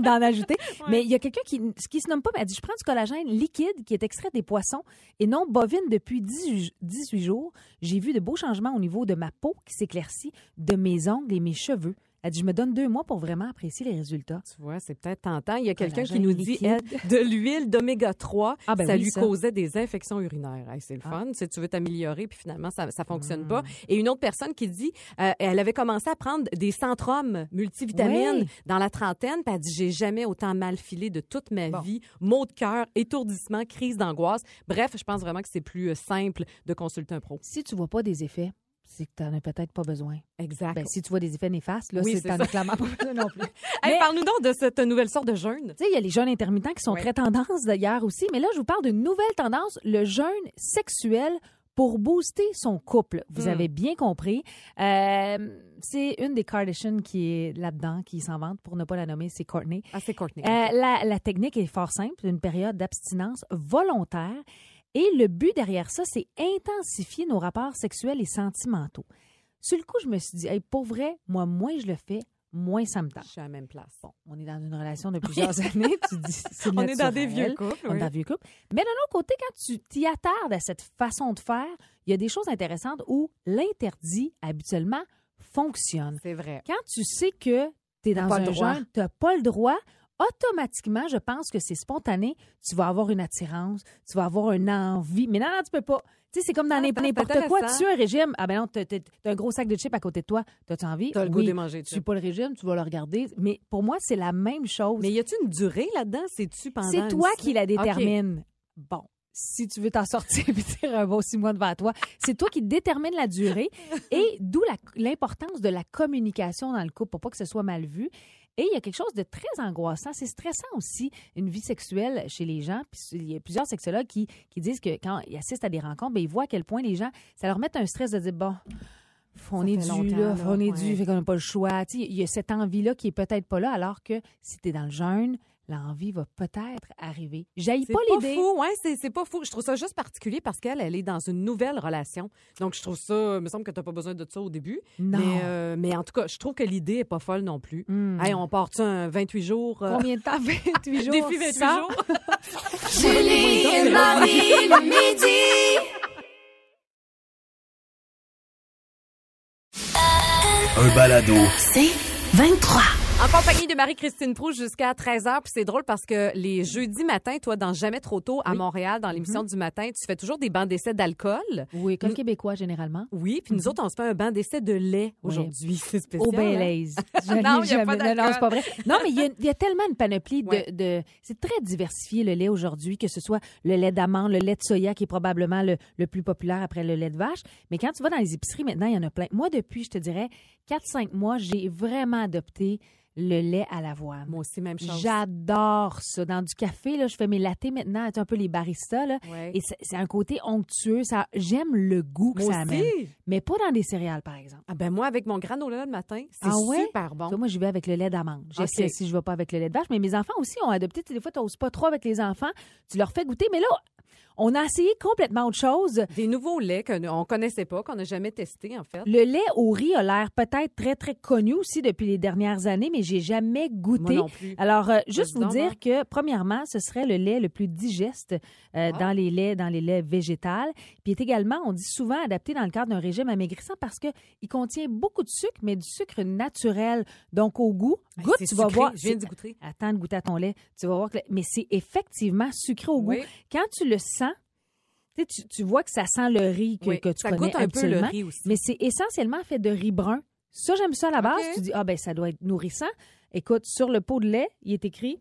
S5: d'en ajouter. Mais il y a quelqu'un qui, ce qui se nomme pas, mais elle dit, je prends du collagène liquide qui est extrait des poissons et non bovine depuis 18 18 jours. J'ai vu de beaux changements au niveau de ma peau qui s'éclaircit, de mes ongles et mes cheveux. Elle dit, je me donne deux mois pour vraiment apprécier les résultats.
S4: Tu vois, c'est peut-être tentant. Il y a quelqu'un qui
S5: Collagène
S4: nous dit
S5: liquide.
S4: elle, de l'huile d'oméga 3,
S5: Ah, ben
S4: ça
S5: oui,
S4: lui
S5: ça. Ah.
S4: causait des infections urinaires. Hey, c'est le fun. Si tu veux t'améliorer, puis finalement, ça ne fonctionne
S5: Mm.
S4: pas. Et une autre personne qui dit euh, elle avait commencé à prendre des centrums multivitamines
S5: Oui.
S4: dans la trentaine, puis elle dit j'ai jamais autant mal filé de toute ma
S5: Bon.
S4: vie. Maux de cœur, étourdissement, crise d'angoisse. Bref, je pense vraiment que c'est plus euh, simple de consulter un pro.
S5: Si tu vois pas des effets, c'est que tu n'en as peut-être pas besoin.
S4: Exact.
S5: Ben, si tu vois des effets néfastes, là,
S4: Oui,
S5: c'est
S4: c'est
S5: que t'en
S4: ça.
S5: as clairement pas besoin non plus.
S4: Hey,
S5: Mais-
S4: Parle-nous donc de cette nouvelle sorte de jeûne.
S5: Tu sais, il y a les jeunes intermittents qui sont
S4: Oui.
S5: très tendance d'ailleurs aussi, mais là, je vous parle d'une nouvelle tendance, le jeûne sexuel pour booster son couple. Vous
S4: Hmm.
S5: avez bien compris. Euh, c'est une des Kardashian qui est là-dedans, qui s'en vante, pour ne pas la nommer, c'est Courtney.
S4: Ah, c'est Courtney.
S5: Euh, la, la technique est fort simple, une période d'abstinence volontaire. Et le but derrière ça, c'est intensifier nos rapports sexuels et sentimentaux. Sur le coup, je me suis dit, Hey, pour vrai, moi, moins je le fais, moins ça me
S4: Je
S5: tâche.
S4: suis à la même place.
S5: On est dans une relation de plusieurs années, tu dis, c'est
S4: *laughs* On est dans des
S5: naturel.
S4: vieux couples.
S5: On est
S4: oui.
S5: dans le vieux couple. Mais d'un autre côté, quand tu t'y attardes à cette façon de faire, il y a des choses intéressantes où l'interdit habituellement fonctionne.
S4: C'est vrai.
S5: Quand tu sais que tu es dans
S4: pas le
S5: un
S4: droit.
S5: genre, tu n'as pas le droit, automatiquement, je pense que c'est spontané, tu vas avoir une attirance, tu vas avoir une envie. Mais non, non, tu peux pas. Tu sais, c'est comme dans
S4: Ah,
S5: n'im-
S4: c'est
S5: n'importe quoi. Tu
S4: intéressant.
S5: suis un régime. Ah ben non, t'as t'as un gros sac de chips à côté de toi. T'as-tu envie?
S4: T'as le goût
S5: Oui.
S4: de manger.
S5: Tu suis pas le régime, tu vas le regarder. Mais pour moi, c'est la même chose.
S4: Mais y a-tu une durée là-dedans? C'est-tu pendant
S5: C'est
S4: une
S5: toi
S4: semaine?
S5: qui la
S4: OK.
S5: détermine. Bon. Si tu veux t'en *laughs* sortir et dire un bon six mois devant toi, c'est toi qui détermine
S4: *laughs*
S5: la durée et d'où la- l'importance de la communication dans le couple pour pas que ce soit mal vu. Et il y a quelque chose de très angoissant, c'est stressant aussi, une vie sexuelle chez les gens. Puis il y a plusieurs sexologues qui, qui disent que quand ils assistent à des rencontres, ben, ils voient à quel point les gens, ça leur met un stress de dire, bon, on
S4: Ça
S5: est
S4: fait
S5: dû,
S4: longtemps,
S5: là,
S4: là,
S5: on
S4: ouais.
S5: est dû, fait qu'on n'a pas le choix. Tu sais, Il y a cette envie-là qui est peut-être pas là, alors que si tu es dans le jeûne, l'envie va peut-être arriver. J'aille
S4: C'est
S5: pas
S4: pas,
S5: l'idée.
S4: fou, ouais, c'est, c'est pas fou. Je trouve ça juste particulier parce qu'elle, elle est dans une nouvelle relation. Donc, je trouve ça, il me semble que t'as pas besoin de ça au début.
S5: Non.
S4: Mais, euh, mais en tout cas, je trouve que l'idée est pas folle non plus.
S5: Hmm.
S4: Hey, on part-tu un 28 jours? euh,
S5: Combien de temps?
S4: *laughs*
S5: 28 jours.
S4: défi 28
S5: 100?
S4: jours?
S12: Julie et Marie le midi.
S1: Un balado.
S12: C'est 23.
S4: En compagnie de Marie-Christine Proust jusqu'à 13h. Puis c'est drôle parce que les jeudis matins, toi, dans Jamais trop tôt, à Montréal, dans l'émission du matin, tu fais toujours des bancs d'essai d'alcool.
S5: Oui, comme
S4: Nous-
S5: québécois, généralement.
S4: Oui, mm-hmm. puis nous autres, on se fait un banc d'essai de lait
S5: Oui.
S4: aujourd'hui. *laughs* C'est spécial.
S5: Au
S4: hein? *laughs*
S5: Belize. Je l'ai
S4: Non, il y a pas
S5: jamais- Non, non, c'est pas vrai. Non, mais il y, a- il y a tellement une panoplie de...
S4: Ouais.
S5: de- c'est très diversifié, le lait, aujourd'hui, que ce soit le lait d'amande, le lait de soya, qui est probablement le, le plus populaire après le lait de vache. Mais quand tu vas dans les épiceries, maintenant, il y en a plein. Moi, depuis, je te dirais, 4-5 mois, j'ai vraiment adopté le lait à l'avoine.
S4: Moi aussi, même chose.
S5: J'adore ça. Dans du café, là, je fais mes latés maintenant, tu sais, un peu les baristas. Là,
S4: Ouais.
S5: Et c'est c'est un côté onctueux. Ça, j'aime le goût que
S4: Moi
S5: ça amène.
S4: aussi.
S5: Mais pas dans des céréales, par exemple.
S4: Ah ben moi, avec mon granola le matin, c'est
S5: Ah ouais?
S4: super
S5: Tu vois,
S4: bon.
S5: moi, je vais avec le lait d'amande. J'essaie
S4: Ok.
S5: si je ne vais pas avec le lait de vache. Mais mes enfants aussi ont adopté. Tu sais, des fois, tu n'oses pas trop avec les enfants. Tu leur fais goûter. Mais là, on a essayé complètement autre chose.
S4: Des nouveaux laits qu'on connaissait pas, qu'on n'a jamais testé en fait.
S5: Le lait au riz a l'air peut-être très, très connu aussi depuis les dernières années, mais j'ai jamais
S4: Moi
S5: goûté.
S4: non plus.
S5: Alors, euh,
S4: Vas-y
S5: juste vous
S4: donc,
S5: dire
S4: hein.
S5: que, premièrement, ce serait le lait le plus digeste
S4: Ah.
S5: euh, dans les laits, dans les laits végétales. Puis est également, on dit souvent adapté dans le cadre d'un régime amaigrissant parce que il contient beaucoup de sucre, mais du sucre naturel. Donc, au goût,
S4: Hey,
S5: goûte,
S4: Ben, c'est
S5: tu vas
S4: sucré.
S5: voir.
S4: Je viens
S5: c'est-
S4: de goûter.
S5: Attends de goûter à ton lait, tu vas voir que... le- Mais c'est effectivement sucré au
S4: Oui.
S5: goût. Quand tu le sens, tu, sais, tu- tu vois que ça sent le riz que,
S4: Oui.
S5: que tu
S4: ça
S5: connais
S4: goûte un peu le
S5: habituellement.
S4: riz aussi.
S5: Mais c'est essentiellement fait de riz brun. Ça, j'aime ça à la base.
S4: Ok.
S5: Tu dis, ah ben ça doit être nourrissant. Écoute, sur le pot de lait, il est écrit,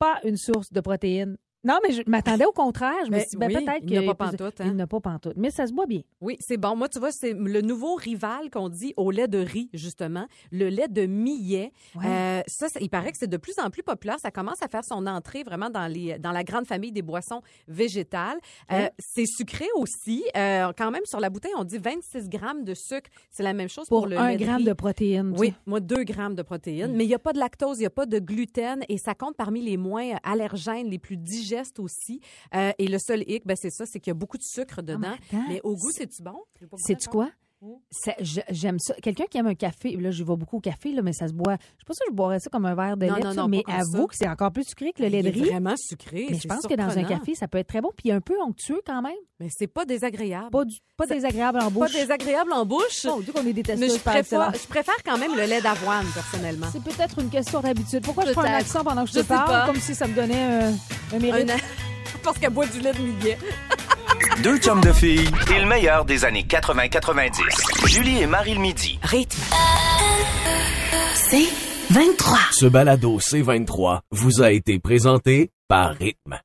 S5: pas une source de protéines Non, mais je m'attendais au contraire. Je me
S4: Ben
S5: suis dit, ben,
S4: oui,
S5: peut-être
S4: il n'y a
S5: que-
S4: pas pantoute, hein.
S5: Il n'a pas pantoute. Mais ça se boit bien.
S4: Oui, c'est bon. Moi, tu vois, c'est le nouveau rival qu'on dit au lait de riz, justement, le lait de millet.
S5: Ouais.
S4: Euh, ça, ça- il paraît que c'est de plus en plus populaire. Ça commence à faire son entrée vraiment dans, les, dans la grande famille des boissons végétales. Euh, c'est sucré aussi. Euh, quand même, sur la bouteille, on dit 26 grammes de sucre. C'est la même chose pour,
S5: Pour
S4: le
S5: un
S4: lait
S5: gramme
S4: riz.
S5: de protéines. tu
S4: Oui,
S5: sais.
S4: moi, 2 grammes de protéines.
S5: Mm.
S4: Mais il n'y a pas de lactose, il n'y a pas de gluten et ça compte parmi les moins euh, allergènes, les plus digestes aussi. Euh, et le seul hic, ben, c'est ça, c'est qu'il y a beaucoup de sucre dedans.
S5: Ah, mais attends.
S4: mais au goût, c'est-tu bon?
S5: Sais-tu quoi? Ça- je- J'aime ça. Quelqu'un qui aime un café, là, je vais beaucoup au café, là, mais ça se boit. Je sais pas si je boirais ça comme un verre de
S4: Non,
S5: lait,
S4: non,
S5: ça,
S4: non,
S5: mais
S4: pas comme ça.
S5: avoue que c'est encore plus sucré que le lait
S4: Il
S5: de
S4: est
S5: riz.
S4: vraiment sucré.
S5: Mais
S4: c'est
S5: je pense que dans un
S4: surprenant.
S5: café, ça peut être très bon, puis un peu onctueux quand même.
S4: Mais c'est pas désagréable.
S5: Pas, du- pas désagréable
S4: Pas
S5: en bouche.
S4: désagréable en bouche.
S5: Mon Dieu, qu'on est détesté.
S4: mais je préfère, je préfère quand même le lait d'avoine, personnellement.
S5: C'est peut-être une question d'habitude. Pourquoi je
S4: Peut-être.
S5: prends un accent pendant que je,
S4: Je
S5: te
S4: sais pas.
S5: parle, comme si ça me donnait euh, un mérite?
S4: Un- *laughs* Parce qu'elle boit du lait de millet.
S3: Deux chums de filles et le meilleur des années 80-90. Julie et Marie le midi.
S13: Rythme. C'est 23.
S1: Ce balado C23 vous a été présenté par Rythme.